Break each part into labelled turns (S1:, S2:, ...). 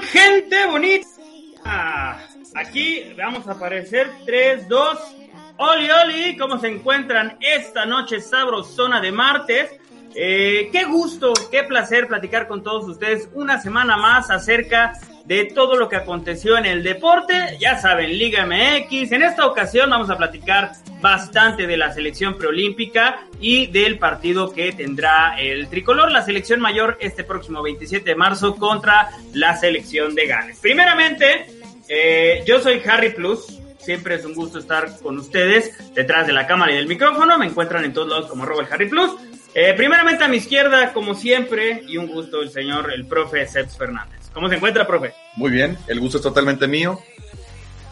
S1: gente bonita. Ah, Aquí vamos a aparecer 3, 2. Oli, Oli, ¿cómo se encuentran esta noche sabrosona de martes? Eh, qué gusto, qué placer platicar con todos ustedes una semana más acerca de todo lo que aconteció en el deporte. Ya saben, Liga MX. En esta ocasión vamos a platicar bastante de la selección preolímpica y del partido que tendrá el tricolor, la selección mayor, este próximo 27 de marzo contra la selección de Gales. Primeramente, eh, yo soy Harry Plus. Siempre es un gusto estar con ustedes detrás de la cámara y del micrófono. Me encuentran en todos lados como Robert Harry Plus. Eh, primeramente a mi izquierda, como siempre, y un gusto el señor, el profe Seps Fernández. ¿Cómo se encuentra, profe?
S2: Muy bien, el gusto es totalmente mío.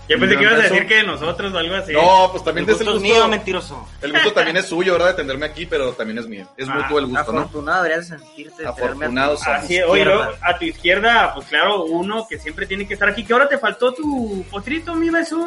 S1: Yo pensé que ibas a decir que nosotros o algo así.
S2: No, pues también
S3: El
S2: es el
S3: gusto
S2: gusto.
S3: es mío, mentiroso.
S2: El gusto también es suyo, ¿verdad? De tenerme aquí, pero también es mío. Es
S1: Ah,
S2: mutuo el gusto, ¿no?
S3: Afortunado deberías sentirte. de tenerme a tu-
S2: Afortunados somos.
S1: Así, oye,
S3: izquierda.
S1: luego, a tu izquierda, pues claro, uno que siempre tiene que estar aquí. ¿Qué hora te faltó tu potrito, mi beso?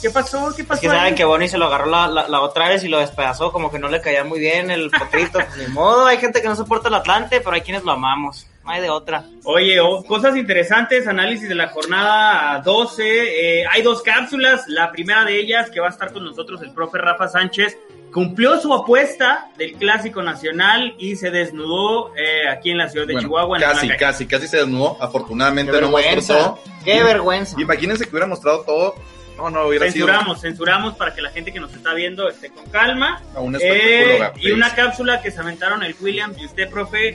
S1: ¿Qué pasó? ¿Qué
S3: Es
S1: pasó?
S3: que
S1: ahí?
S3: saben que Bonnie se lo agarró la, la- la otra vez y lo despedazó, como que no le caía muy bien el potrito. Pues, ni modo, hay gente que no soporta el Atlante, pero hay quienes lo amamos. No hay de otra.
S1: Oye, oh, cosas interesantes, análisis de la jornada 12. eh, hay dos cápsulas. La primera de ellas, que va a estar con nosotros el profe Rafa Sánchez, cumplió su apuesta del Clásico Nacional y se desnudó eh, aquí en la ciudad de
S2: Bueno,
S1: Chihuahua. en
S2: casi,
S1: Anacac.
S2: casi, casi se desnudó. Afortunadamente
S3: Qué
S2: no
S3: vergüenza.
S2: mostró todo.
S3: Qué vergüenza.
S2: Imagínense que hubiera mostrado todo. No, no, hubiera
S1: Censuramos, censuramos para que la gente que nos está viendo esté con calma.
S2: sido a un espectáculo.
S1: Eh,
S2: Gabriel.
S1: y una cápsula que se aventaron el William y usted, profe,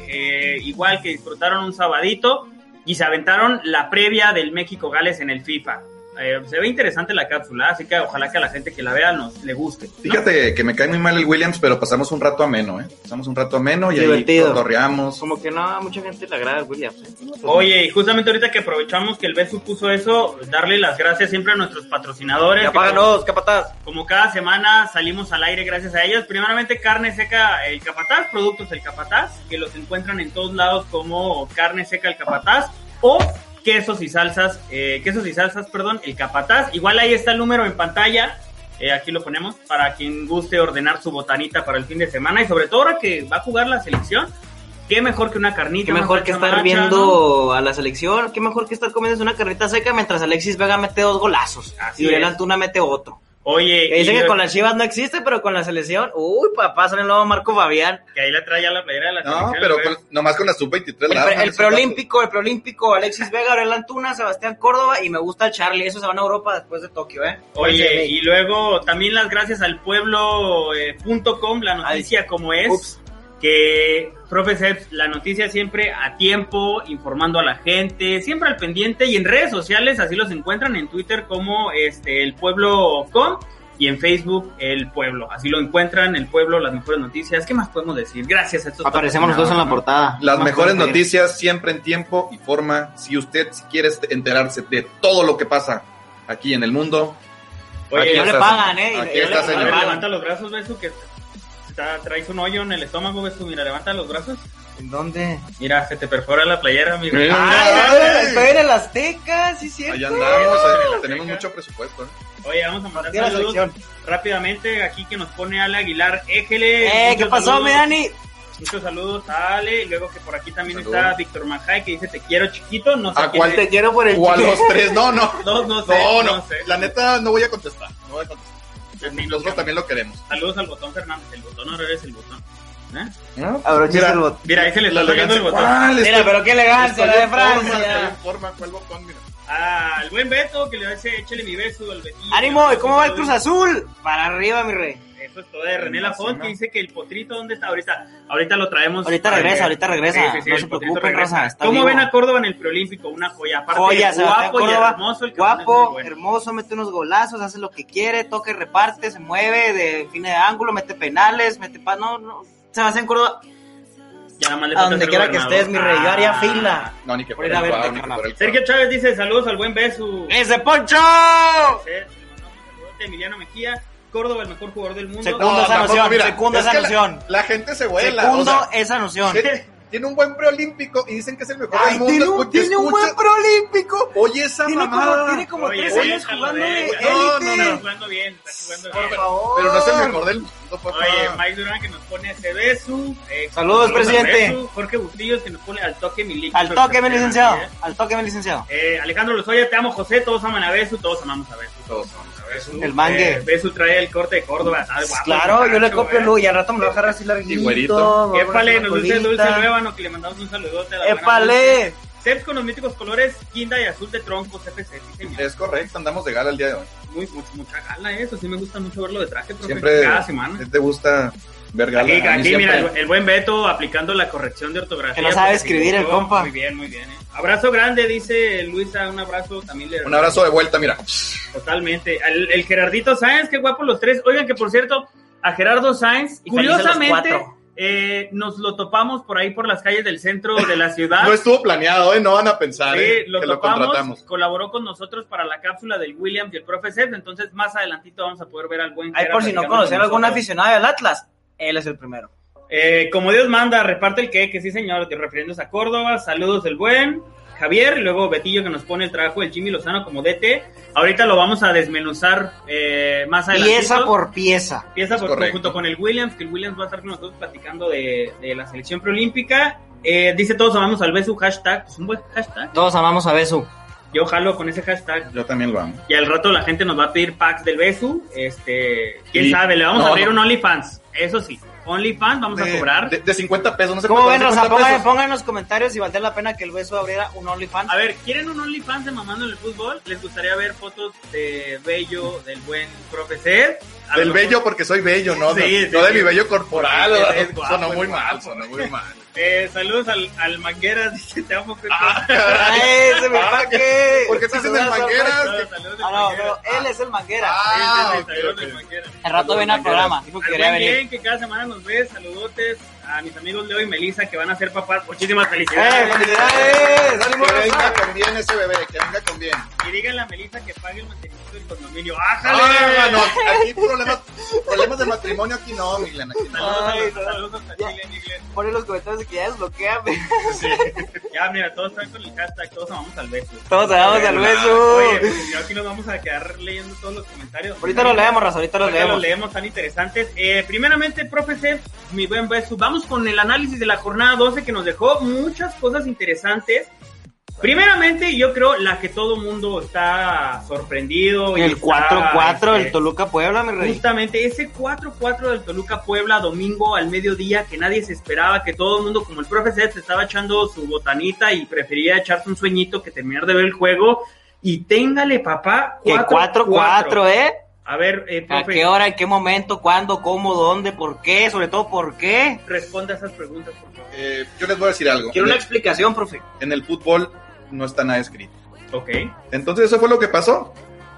S1: eh, igual que disfrutaron un sabadito y se aventaron la previa del México-Gales en el FIFA. Eh, se ve interesante la cápsula, así que ojalá que a la gente que la vea nos le guste. ¿no?
S2: Fíjate que me cae muy mal el Williams, pero pasamos un rato ameno, ¿eh? Pasamos un rato ameno y
S3: Divertido.
S2: ahí torreamos.
S3: Como que no a mucha gente le agrada el Williams. ¿eh?
S1: Oye, y justamente ahorita que aprovechamos que el Besu puso eso, darle las gracias siempre a nuestros patrocinadores.
S3: Ya
S1: que
S3: páganos, capataz.
S1: Como cada semana salimos al aire gracias a ellos. Primeramente, carne seca el capataz, productos el capataz, que los encuentran en todos lados como carne seca el capataz o quesos y salsas, eh, quesos y salsas, perdón, el capataz. Igual ahí está el número en pantalla. eh, aquí lo ponemos para quien guste ordenar su botanita para el fin de semana y sobre todo ahora que va a jugar la selección. Qué mejor que una carnita.
S3: Qué
S1: una
S3: mejor que
S1: salsa
S3: estar
S1: macha, ¿no?
S3: viendo a la selección. Qué mejor que estar comiendo una carnita seca mientras Alexis Vega mete dos golazos.
S1: Así
S3: y Uriel
S1: es.
S3: Antuna mete otro.
S1: Oye,
S3: Que dicen
S1: y-
S3: que con las chivas no existe, pero con la selección. Uy, papá, sale el nuevo Marco Fabián.
S1: que ahí la trae ya la playera de la
S2: No,
S1: selección,
S2: pero
S1: ¿no?
S2: con- nomás con la sub-23. la
S3: El, pre-
S2: arman,
S3: el
S2: ese
S3: preolímpico, el preolímpico, Alexis Vega, Aurel Antuna, Sebastián Córdoba y me gusta el Charlie. Esos se van a Europa después de Tokio, ¿eh?
S1: Oye, y luego también las gracias al pueblo.com, la noticia como es,
S3: Ups.
S1: que, profe Seps, la noticia siempre a tiempo, informando a la gente, siempre al pendiente y en redes sociales, así los encuentran en Twitter como este el pueblo.com y en Facebook el pueblo, así lo encuentran el pueblo, las mejores noticias, ¿qué más podemos decir? Gracias a estos
S3: Aparecemos nosotros en la
S1: patrocinadores,
S3: portada.
S2: Las
S3: Más
S2: mejores
S3: cosas.
S2: noticias siempre en tiempo y forma. Si usted quiere enterarse de todo lo que pasa aquí en el mundo,
S1: ¿no? Oye,
S2: Aquí
S3: Y no
S2: está,
S3: le pagan, ¿eh? Y-
S2: aquí
S3: y no le-
S1: a
S2: está,
S3: no le
S1: ver,
S2: señor.
S3: pagan.
S1: levanta los brazos, Besu, que está- traes un hoyo en el estómago, Besu, mira, levanta los brazos.
S3: ¿En dónde?
S1: Mira, se te perfora la playera, mi
S2: Mira.
S1: Ah,
S3: ¡Ay,
S2: Ay,
S3: estoy-
S2: ay.
S3: estoy en el Azteca! ¡Sí,
S2: allá
S3: cierto!
S2: andamos. eh, tenemos
S1: Venga.
S2: mucho presupuesto. eh.
S1: Oye, vamos a mandar
S3: De la
S1: saludos
S3: selección.
S1: rápidamente aquí que nos pone Ale Aguilar Éjele.
S3: ¡Eh, qué
S1: Muchos
S3: pasó,
S1: saludos,
S3: mi Dani?
S1: Muchos saludos a Ale. Y luego que por aquí también
S2: Saludos.
S1: está Víctor Manjay que dice te quiero chiquito. No sé
S2: ¿A
S1: quién
S2: cuál
S1: es.
S3: Te quiero por el
S2: O a
S3: chico.
S2: los tres, no, no.
S1: No, no sé.
S2: No,
S1: no
S2: no.
S1: sé.
S2: La neta, no voy a contestar. No voy a contestar.
S1: Pues ni
S2: Nosotros también lo queremos.
S1: Saludos al botón Fernández. El botón ahora eres el botón. ¿Eh?
S3: Abrochas
S2: Mira,
S3: el botón.
S1: Mira, ahí se le
S2: la
S1: está saliendo el
S2: elegancia.
S1: botón.
S2: ¿Cuál?
S3: Mira,
S2: Estoy-
S3: pero qué elegancia la
S2: estoy
S3: de
S2: en forma, estoy
S3: Francia.
S2: en forma. ¿Cuál botón? Mira.
S1: Al buen Beto que le dice échale mi beso al Betillo.
S3: ¡Ánimo! ¿Y cómo va el Cruz Azul? Para arriba, mi rey.
S1: Eso es todo de René
S2: Máxima.
S1: Lafont que dice que el potrito, ¿dónde está? Ahorita, ahorita lo traemos.
S3: Ahorita
S1: para
S3: regresa,
S1: que-
S3: ahorita regresa. No
S1: el
S3: se
S1: Potrito
S3: preocupen,
S1: regresa.
S3: raza, está
S1: ¿Cómo
S3: vivo.
S1: ven a Córdoba en el preolímpico? Una joya. Aparte,
S3: Joya, Sebastián
S1: guapo y
S3: Córdoba.
S1: hermoso. El cabrón es muy
S3: guapo,
S1: bueno.
S3: hermoso, mete unos golazos, hace lo que quiere, toca y reparte, se mueve de fin de ángulo, mete penales, mete pa... No, no. Sebastián Córdoba,
S1: Ya nada más le
S3: a
S1: falta
S3: donde
S1: ser
S3: quiera que
S1: gobernador.
S3: estés, mi rey, yo haría
S1: Ah.
S3: fila.
S2: No, ni que
S3: Por
S2: por
S3: ir
S2: el
S3: a verte,
S2: cuadro, ni que
S3: carnal.
S2: por el
S1: Sergio Chávez dice saludos al buen beso.
S3: ¡Ese Poncho!
S1: Emiliano Mejía, Córdoba, el mejor jugador del mundo.
S3: Segundo esa
S2: tampoco,
S3: noción,
S2: mira,
S3: segundo
S2: es
S3: esa
S2: que la-
S3: noción.
S2: La gente se vuela.
S3: Segundo
S2: o sea,
S3: esa noción.
S2: ¿Qué? tiene un buen preolímpico y dicen que es el mejor
S4: Ay,
S2: del mundo.
S4: tiene un,
S2: Oye,
S4: tiene un
S2: escucha-
S4: buen preolímpico.
S2: Oye, esa
S4: Tiene como,
S2: mamada.
S4: tiene como
S1: Oye,
S4: tres
S1: sí,
S4: años
S1: déjalo
S4: jugando
S1: de-
S4: de élite.
S1: No, no, no, está jugando bien, está jugando bien.
S3: Por favor.
S2: Pero no es el mejor del mundo, papá.
S1: Oye, Mike Durán que nos pone ese beso. eh,
S3: Saludos,
S1: Carlos
S3: presidente.
S1: Besu, Jorge Bustillos que nos pone al toque mi líquido.
S3: Al toque, mi licenciado. Al toque, mi licenciado.
S1: Eh, Alejandro Lozoya, te amo José, todos aman a Besu, todos amamos a Besu.
S2: Todos vamos a ver eso.
S3: El mangue.
S1: Eh, Besu trae el corte de Córdoba, está guapo.
S3: Pues Claro, yo le copio el
S1: Luis.
S3: Lu y al rato me lo voy a dejar así larguito.
S2: Y güerito.
S3: me voy a
S1: Épale,
S3: poner
S1: nos
S3: una
S1: dice Dulce
S3: colita.
S1: Ruébano que le mandamos un saludote a la buena
S3: Épale.
S1: Dulce. Sep con los míticos colores quinda y azul de troncos FC. sí, señor.
S2: Es correcto, andamos de gala el día de hoy.
S1: Muy, mucha, mucha gala eso, sí me gusta mucho verlo de traje, profe,
S2: Siempre
S1: cada semana.
S2: te gusta ver gala.
S1: pues, Aquí,
S2: A mí
S1: aquí,
S2: siempre-
S1: mira, el, el buen Beto aplicando la corrección de ortografía.
S3: Que no sabe
S1: porque se
S3: escribir el
S1: equivocó.
S3: compa.
S1: Muy bien, muy bien. eh. Abrazo grande, dice Luisa, un abrazo también le
S2: Un abrazo de vuelta, mira.
S1: Totalmente. El, el Gerardito Sáenz, qué guapo los tres. Oigan, que por cierto, a Gerardo Sáenz,
S3: Y felices los
S1: curiosamente,
S3: cuatro.
S1: eh, nos lo topamos por ahí por las calles del centro de la ciudad.
S2: No estuvo planeado, ¿eh? No van a pensar,
S1: Ah. Sí,
S2: ¿eh?
S1: lo
S2: que lo
S1: topamos,
S2: contratamos.
S1: colaboró con nosotros para la cápsula del Williams y el profe Seth, entonces más adelantito vamos a poder ver al buen
S3: Ahí
S1: Gerard
S3: por si no
S1: platicando
S3: conocen
S1: con
S3: algún
S1: nosotros.
S3: aficionado del Atlas, él es el primero.
S1: Eh, como Dios manda, reparte el que, que sí señor, te refiriéndose a Córdoba, saludos del buen Javier, y luego Betillo que nos pone el trabajo del Jimmy Lozano como DT, ahorita lo vamos a desmenuzar eh, más adelante.
S3: Pieza por pieza.
S1: Empieza por,
S2: Correcto.
S1: junto con el Williams, que el Williams va a estar con nosotros platicando de, de la selección preolímpica. Eh, dice todos amamos al Besu, hashtag, es un buen hashtag.
S3: Todos amamos a Besu.
S1: Yo jalo con ese hashtag.
S2: Yo también lo amo.
S1: Y al rato la gente nos va a pedir packs del Besu. Este, quién
S2: Y-
S1: sabe, le vamos
S2: no,
S1: a abrir
S2: no.
S1: un OnlyFans. Eso sí, OnlyFans vamos a
S2: De-
S1: cobrar.
S2: De, de 50 pesos, no sé
S3: ¿Cómo
S2: cuánto,
S3: ven, Rosa?
S2: 50
S3: Pongan,
S2: pesos.
S3: pongan en los comentarios si valdría la pena que el Besu abriera un OnlyFans.
S1: A ver, ¿quieren un OnlyFans de mamando en el fútbol? ¿Les gustaría ver fotos de Bello, del buen profesor? A
S2: Del
S1: lo mejor-
S2: bello, porque soy bello, ¿no?
S1: Sí,
S2: no,
S1: sí,
S2: no de
S1: sí.
S2: mi bello corporal.
S1: Porque eres
S2: ¿no?
S1: guapo,
S2: sonó muy
S1: eres guapo.
S2: mal, sonó muy mal.
S1: Eh, saludos al, al Mangueras, dice, te amo, Pepe.
S3: ¡Ay, se me
S2: Ah,
S3: va que!
S2: ¿por qué te dicen el
S3: Saludazo,
S2: Mangueras?
S1: Saludos, saludos del
S3: Ah, no,
S1: Mangueras.
S3: pero él es el Manguera.
S2: Ah,
S1: Sí, sí, sí,
S2: ok,
S1: saludos
S2: ok.
S1: del Mangueras.
S3: el rato
S2: saludos,
S3: viene al
S2: Mangueras.
S3: programa. Dijo que
S1: Al
S3: quería
S1: buen
S3: venir.
S1: Glenn, que cada semana nos ve, saludotes a mis amigos Leo y Melissa que van a ser papás. Muchísimas
S3: ¡Eh,
S1: felicidades.
S3: felicidades! ¡Ánimo,
S2: Que venga
S3: Rosa!
S2: con bien ese bebé, que venga con bien.
S1: Y díganle a Melissa que pague el mantenimiento del condominio. ¡Ájale!
S2: Ah, no, aquí problemas, problemas de matrimonio aquí no, Milan, aquí no.
S1: Saludos,
S3: Ay,
S1: saludos, saludos a ti, Glenn y Glenn.
S3: Pon en los comentarios de que ya desbloqueame.
S1: Ya, mira, todos están con el hashtag, todos amamos al beso.
S3: Todos amamos al beso.
S1: Oye, pues, ya aquí nos vamos a quedar leyendo todos los comentarios.
S3: Ahorita lo leemos, Rosa, ahorita lo
S1: Ahorita
S3: leemos.
S1: los leemos tan interesantes. Eh, primeramente, profe Sef, mi buen beso. Vamos con el análisis de la jornada 12 que nos dejó muchas cosas interesantes. Primeramente, yo creo la que todo mundo está sorprendido. y
S3: El
S1: está,
S3: 4-4, el
S1: este,
S3: Toluca Puebla, mi rey.
S1: Justamente ese 4-4 del Toluca Puebla domingo al mediodía que nadie se esperaba, que todo el mundo como el profe Seth se estaba echando su botanita y prefería echarse un sueñito que terminar de ver el juego. Y téngale, papá,
S3: Que 4-4, ¿eh?
S1: A ver, eh,
S3: ¿A
S1: profe,
S3: qué hora, en qué momento, cuándo, cómo, dónde, por qué? Sobre todo, ¿por qué?
S1: responda a esas preguntas, por favor.
S2: Eh, yo les voy a decir algo.
S3: Quiero una explicación, profe.
S2: En el fútbol no está nada escrito.
S1: Ok.
S2: Entonces eso fue lo que pasó.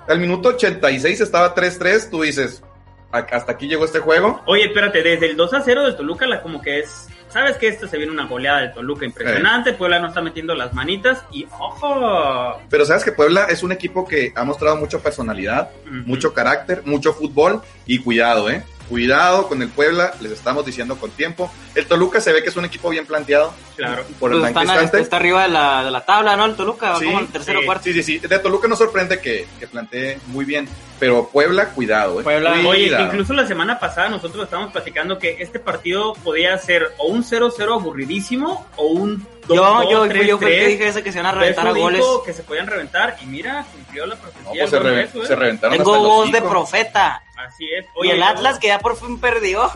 S2: Al minuto 86 estaba 3-3, tú dices, "A- hasta aquí llegó este juego.
S1: Oye, espérate, desde el 2 a 0 del Toluca, la como que es. Sabes que esto se viene una goleada del Toluca
S2: Eh.
S1: impresionante. Puebla no está metiendo las manitas y ojo.
S2: Pero sabes que Puebla es un equipo que ha mostrado mucha personalidad, mucho carácter, mucho fútbol y cuidado, ¿eh? Cuidado con el Puebla, les estamos diciendo con tiempo. El Toluca se ve que es un equipo bien planteado
S1: Claro.
S2: por el este.
S3: Pues están a-
S2: blanquistante.
S3: está arriba de la, de la tabla, ¿no? El Toluca, va
S2: Sí,
S3: como el tercero
S1: sí.
S3: cuarto.
S2: Sí, sí, sí. De Toluca no sorprende que, que plantee muy bien, pero Puebla, cuidado, ¿eh?
S3: Puebla.
S1: Oye,
S2: Cuidado.
S1: incluso la semana pasada nosotros estábamos platicando que este partido podía ser o un 0-0 aburridísimo o un 2-2,
S3: Yo, yo, yo fui el que
S1: 3-3.
S3: dije eso, que se van a
S1: Beso
S3: reventar a
S1: dijo
S3: goles.
S1: que se podían reventar y mira, cumplió la
S2: No,
S1: profecía.
S2: pues se,
S1: el buen
S2: re-
S1: Beso, ¿eh?
S2: se reventaron
S3: Tengo
S2: hasta el
S3: voz de
S2: hocico.
S3: profeta.
S1: Así es.
S3: Oye, el
S1: luego,
S3: Atlas que ya por fin perdió.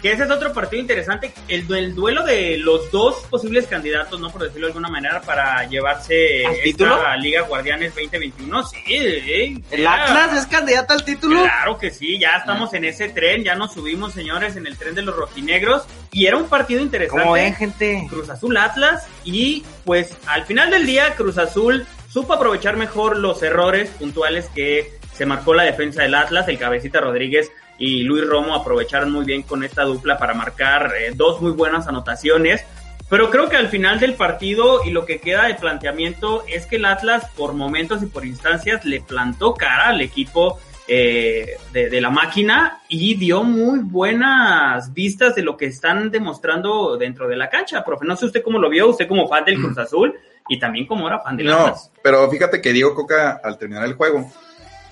S1: que ese es otro partido interesante, el, du- el duelo de los dos posibles candidatos, ¿no? Por decirlo de alguna manera, para llevarse
S3: ¿Al
S1: esta
S3: título?
S1: Liga Guardianes 2021. Sí, eh,
S3: El
S1: ya.
S3: Atlas Ah. es candidato al título.
S1: Claro que sí, ya estamos en ese tren, ya nos subimos, señores, en el tren de los rojinegros. Y era un partido interesante.
S3: Como ven, gente.
S1: Cruz Azul Atlas y pues al final del día Cruz Azul supo aprovechar mejor los errores puntuales que se marcó la defensa del Atlas, el cabecita Rodríguez y Luis Romo aprovecharon muy bien con esta dupla para marcar eh, dos muy buenas anotaciones. Pero creo que al final del partido y lo que queda de planteamiento es que el Atlas por momentos y por instancias le plantó cara al equipo eh, de, de la máquina y dio muy buenas vistas de lo que están demostrando dentro de la cancha. Profe, no sé usted cómo lo vio, usted como fan del
S3: Mm.
S1: Cruz Azul y también como era fan del
S2: No,
S1: Atlas.
S2: pero fíjate que Diego Coca al terminar el juego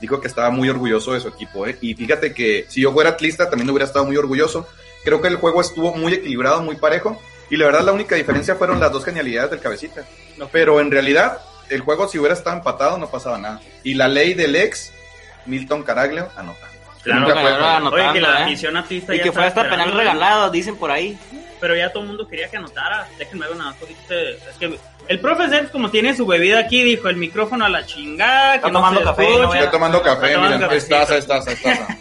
S2: dijo que estaba muy orgulloso de su equipo, ¿eh? Y fíjate que si yo fuera atlista también hubiera estado muy orgulloso. Creo que el juego estuvo muy equilibrado, muy parejo. Y la verdad la única diferencia fueron las dos genialidades del cabecita.
S1: No,
S2: Pero en realidad el juego si hubiera estado empatado no pasaba nada. Y la ley del ex, Milton Caraglio, anota.
S1: Claro,
S2: Nunca
S1: claro,
S2: fue-
S3: claro.
S1: Oye, que la
S3: Anotando, ¿eh?
S1: afición atlista
S3: Y
S1: ya
S3: que fue
S1: estaba
S3: hasta penal
S1: esperando.
S3: regalado, dicen por ahí.
S1: pero ya todo el mundo quería que anotara. Déjenme ver una cosita. este, Es que el profe Seps, como tiene su bebida aquí, dijo el micrófono a la chingada.
S3: Está
S1: que no
S3: tomando
S1: se
S3: café,
S1: escucha.
S3: no vaya-
S2: Está tomando café,
S1: Está tomando
S2: miren, ahí
S1: cafecito.
S2: estás, ahí estás, ahí estás.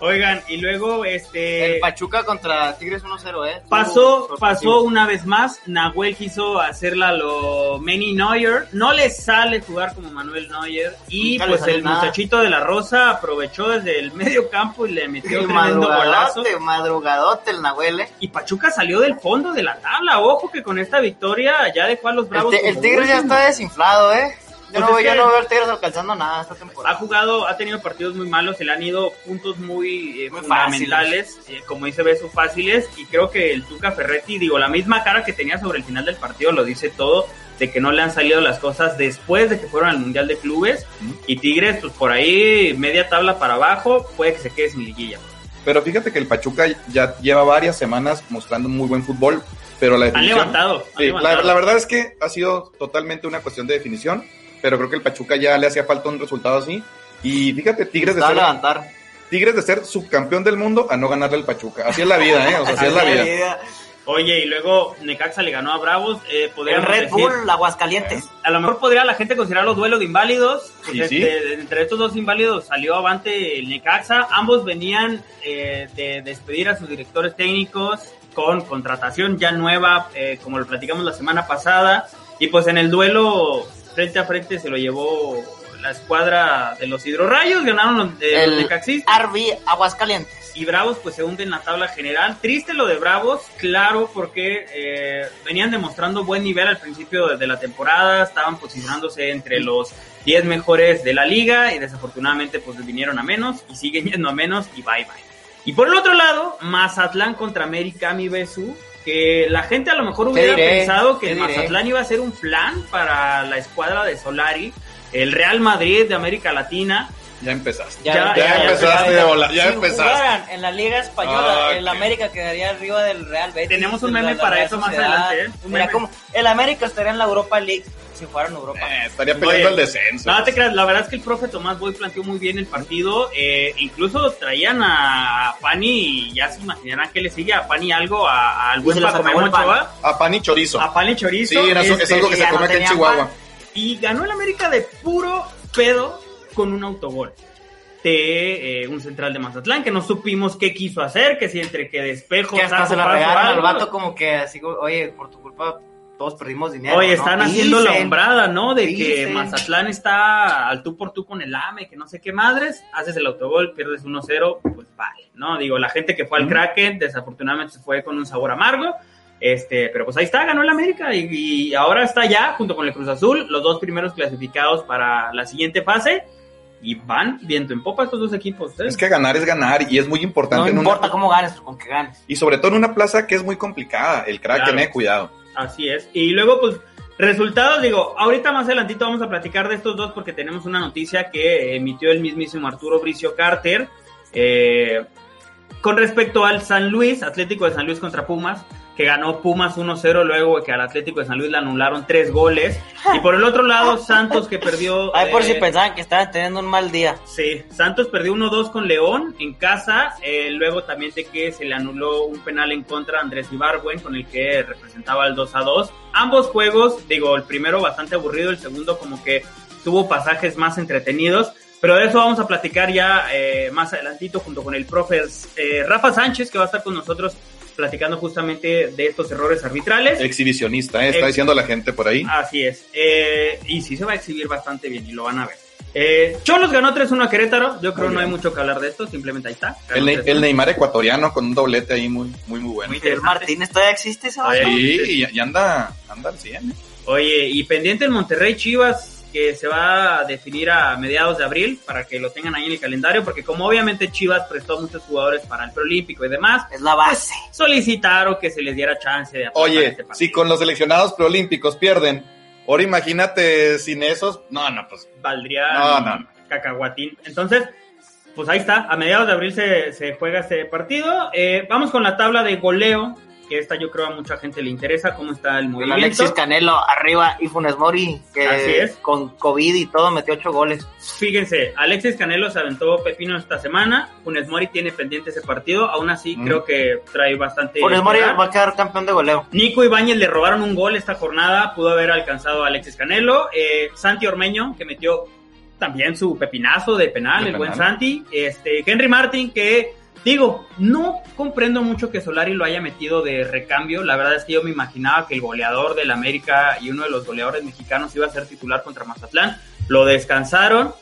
S1: Oigan, y luego este
S3: El Pachuca contra Tigres 1-0, ¿eh?
S1: pasó,
S3: Sorpresivo.
S1: pasó una vez más. Nahuel quiso hacerla lo Manny Neuer. No le sale jugar como Manuel Neuer. Y
S3: Nunca le
S1: pues
S3: sale
S1: el
S3: nada.
S1: muchachito de la Rosa aprovechó desde el medio campo y le metió
S3: Y
S1: un tremendo golazo.
S3: madrugadote, madrugadote el Nahuel, ¿eh?
S1: Y Pachuca salió del fondo de la tabla. Ojo que con esta victoria ya dejó a los
S3: El,
S1: Bravos.
S3: Ti- el
S1: como
S3: Tigres ya
S1: último.
S3: está desinflado, ¿eh? Yo,
S1: Pues
S3: no,
S1: es
S3: veo- yo
S1: que- Ah,
S3: no veo al Tigres alcanzando nada esta
S1: ha
S3: temporada.
S1: jugado, ha tenido partidos muy malos, se le han ido puntos muy, eh,
S3: Muy
S1: fundamentales, eh, como dice Beso, fáciles, y creo que el Tuca Ferretti, digo, la misma cara que tenía sobre el final del partido lo dice todo, de que no le han salido las cosas después de que fueron al Mundial de Clubes,
S2: Ujú.
S1: y Tigres, pues por ahí, media tabla para abajo, puede que se quede sin liguilla.
S2: Pero fíjate que el Pachuca ya lleva varias semanas mostrando muy buen fútbol, pero la
S1: Han
S2: definición...
S1: levantado, han
S2: Sí, la,
S1: levantado.
S2: la verdad es que ha sido totalmente una cuestión de definición, pero creo que el Pachuca ya le hacía falta un resultado así. Y fíjate,
S1: pues
S2: Tigres de,
S3: Está a
S2: ser,
S3: levantar.
S2: Tigres de ser subcampeón del mundo a no ganarle al Pachuca. Así es la vida, ¿eh? O sea, así es la vida.
S1: Oye, y luego Necaxa le ganó a Bravos, eh,
S3: El
S1: podríamos
S3: Red
S1: decir-
S3: Bull, Aguascalientes.
S1: A lo mejor podría la gente considerarlo duelo de inválidos. Pues
S2: Y
S1: de-
S2: sí.
S1: de- de- entre estos dos inválidos salió avante el Necaxa. Ambos venían eh, de despedir a sus directores técnicos con contratación ya nueva, eh, como lo platicamos la semana pasada. Y pues en el duelo frente a frente se lo llevó la escuadra de los hidrorrayos, ganaron los, de
S3: El-
S1: los Necaxistas.
S3: Arby Aguascalientes.
S1: Y Bravos pues se hunde en la tabla general. Triste lo de Bravos, claro, porque eh, venían demostrando buen nivel al principio de, de la temporada, estaban posicionándose entre los 10 mejores de la liga y desafortunadamente pues vinieron a menos y siguen yendo a menos y bye bye. Y por el otro lado, Mazatlán contra América, mi Besu, que la gente a lo mejor hubiera
S3: diré?
S1: pensado que
S3: ¿Qué
S1: el
S3: diré?
S1: Mazatlán iba a ser un plan para la escuadra de Solari, el Real Madrid de América Latina.
S2: Ya empezaste.
S1: Ya- ya
S2: empezaste, hola, ya
S3: si
S2: empezaste.
S3: jugaran en la Liga Española,
S2: Ah,
S3: el
S2: qué-
S3: América quedaría arriba del Real Betis.
S1: Tenemos un
S3: de
S1: meme
S3: la
S1: para
S3: Real
S1: eso más
S3: Sociedad.
S1: adelante, ¿eh? Un
S3: Mira,
S1: meme.
S3: como el América estaría en la Europa League si jugara en Europa.
S2: Eh, estaría
S1: Oye,
S2: peleando el descenso.
S1: No te creas, la verdad es que el profe Tomás Boy planteó muy bien el partido. eh, incluso traían a Pani, y ya se imaginarán que le sigue a Pani algo, a, al buen
S3: se lo
S1: Paco
S3: acabó el
S1: Memo
S3: pan.
S1: Ochoa,
S2: A pan y chorizo.
S1: a Pani
S2: sí,
S1: Chorizo.
S2: era- es
S1: este,
S2: algo que
S3: ya
S2: se
S3: no
S2: come aquí en
S3: tenían
S2: Chihuahua.
S3: pan.
S1: Y ganó el América de puro pedo con un autogol de eh, un central de Mazatlán que no supimos qué quiso hacer, que si entre que despejo,
S3: que hasta
S1: taco,
S3: se la
S1: paso,
S3: regalan al
S1: algo.
S3: vato como que así, oye, por tu culpa todos perdimos dinero.
S1: Oye,
S3: ¿no?
S1: están haciendo la
S3: Dicen.
S1: hombrada, ¿no? De que
S3: Dicen.
S1: Mazatlán está al tú por tú con el AME, que no sé qué madres, haces el autogol, pierdes 1-0, pues vale, ¿no? Digo, la gente que fue al
S2: Mm.
S1: Kraken, desafortunadamente se fue con un sabor amargo, este, pero pues ahí está, ganó el América y, y ahora está ya, junto con el Cruz Azul, los dos primeros clasificados para la siguiente fase y van viento en popa estos dos equipos. ¿eh?
S2: Es que ganar es ganar y es muy importante.
S3: No
S2: en una-
S3: importa cómo ganes, con que ganes.
S2: y sobre todo en una plaza que es muy complicada. El crack,
S1: Claro.
S2: eh, cuidado.
S1: Así es. Y luego, pues, resultados, digo, ahorita más adelantito vamos a platicar de estos dos porque tenemos una noticia que emitió el mismísimo Arturo Bricio Carter. eh, con respecto al San Luis, Atlético de San Luis contra Pumas, que ganó Pumas 1-0 luego que al Atlético de San Luis le anularon tres goles. Y por el otro lado, Santos que perdió...
S3: Ay, por si
S1: eh,
S3: pensaban que estaban teniendo un mal día.
S1: Sí, Santos perdió 1-2 con León en casa, eh, luego también de que se le anuló un penal en contra a Andrés Ibargüen con el que representaba el 2-2. Ambos juegos, digo, el primero bastante aburrido, el segundo como que tuvo pasajes más entretenidos, pero de eso vamos a platicar ya eh, más adelantito junto con el profe eh, Rafa Sánchez que va a estar con nosotros platicando justamente de estos errores arbitrales.
S2: Exhibicionista, eh, está
S1: Ex-
S2: diciendo la gente por ahí.
S1: Así es. Eh, y sí se va a exhibir bastante bien y lo van a ver. Eh, Cholos ganó 3-1 a Querétaro. Yo creo
S2: Muy
S1: no hay
S2: bien.
S1: mucho que hablar de esto, simplemente ahí está. Ganó
S2: El, Ne-
S1: 3-1.
S2: el Neymar ecuatoriano con un doblete ahí muy, muy, muy bueno.
S1: Muy
S3: El
S1: interesante.
S3: Martínez todavía existe ese
S1: Oye,
S3: vato?
S2: Sí, y, y anda, anda al 100. ¿eh?
S1: Oye, y pendiente el Monterrey Chivas. que se va a definir a mediados de abril para que lo tengan ahí en el calendario, porque como obviamente Chivas prestó a muchos jugadores para el preolímpico y demás,
S3: Es la base.
S1: solicitaron que se les diera chance de aportar
S2: Oye,
S1: este partido.
S2: si con los seleccionados preolímpicos pierden, ahora imagínate sin esos. No, no, pues.
S1: valdría
S2: No, no, no.
S1: cacahuatín. Entonces, pues ahí está, a mediados de abril se, se juega este partido. Eh, vamos con la tabla de goleo, que esta yo creo a mucha gente le interesa, cómo está el
S3: El
S1: Pues, movimiento.
S3: Alexis Canelo arriba y Funes Mori, que
S1: Así es.
S3: con COVID y todo metió ocho goles.
S1: Fíjense, Alexis Canelo se aventó Pepino esta semana, Funes Mori tiene pendiente ese partido, aún así
S2: Mm.
S1: creo que trae bastante...
S3: Funes Mori
S1: edad.
S3: va a quedar campeón de goleo.
S1: Nico Ibáñez le robaron un gol esta jornada, pudo haber alcanzado a Alexis Canelo. Eh, Santi Ormeño, que metió también su pepinazo de penal,
S2: De
S1: el buen
S2: penal.
S1: Santi. Este, Henry Martin, que digo, no comprendo mucho que Solari lo haya metido de recambio. La verdad es que yo me imaginaba que el goleador del América y uno de los goleadores mexicanos iba a ser titular contra Mazatlán. Lo descansaron.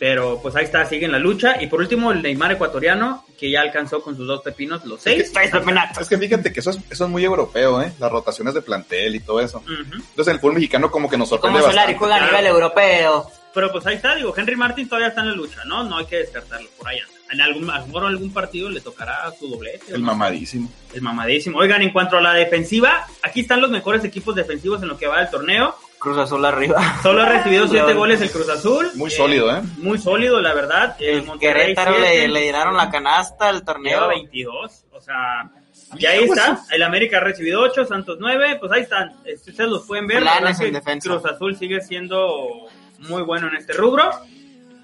S1: Pero pues ahí está, sigue en la lucha. Y por último, el Neymar ecuatoriano, que ya alcanzó con sus dos pepinos los seis.
S3: Trae ese penato.
S2: Es que fíjate que eso es, eso es muy europeo, ¿eh? Las rotaciones de plantel y todo eso.
S1: Ujú.
S2: Entonces el fútbol mexicano como que nos
S3: Como
S2: sorprende
S3: Solari
S2: bastante.
S3: juega a
S1: claro.
S3: nivel europeo.
S1: Pero pues ahí está, digo, Henry Martin todavía está en la lucha, ¿no? No hay que descartarlo, por allá. En algún, a lo mejor algún partido le tocará su doblete. ¿no?
S2: El mamadísimo.
S1: El mamadísimo. Oigan, en cuanto a la defensiva, aquí están los mejores equipos defensivos en lo que va del torneo.
S3: Cruz Azul arriba.
S1: Solo ha recibido siete
S3: León.
S1: goles el Cruz Azul.
S2: Muy sólido, ¿eh?
S1: Muy sólido, la verdad. El Monterrey
S3: Querétaro le,
S1: siete,
S3: le llenaron la canasta al
S1: lleva
S3: torneo. pues,
S1: 22, o sea... Y ahí está, el América ha recibido 8, Santos 9, pues ahí están, eh, ustedes los pueden ver, la
S3: Planes
S1: verdad es
S3: en
S1: que
S3: defensa.
S1: Cruz Azul sigue siendo muy bueno en este rubro.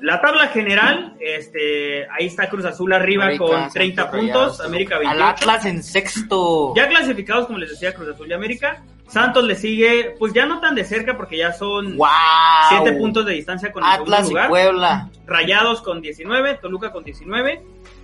S1: La tabla general, este, ahí está Cruz Azul arriba
S3: América,
S1: con
S3: Santos,
S1: 30
S3: Rayados,
S1: puntos, América
S3: Al
S1: 28.
S3: Atlas en sexto.
S1: Ya clasificados, como les decía, Cruz Azul y América. Santos le sigue, pues ya no tan de cerca porque ya son
S3: ¡Wow!
S1: 7 puntos de distancia con el segundo
S3: Atlas y
S1: lugar.
S3: Puebla.
S1: Rayados con 19, Toluca con 19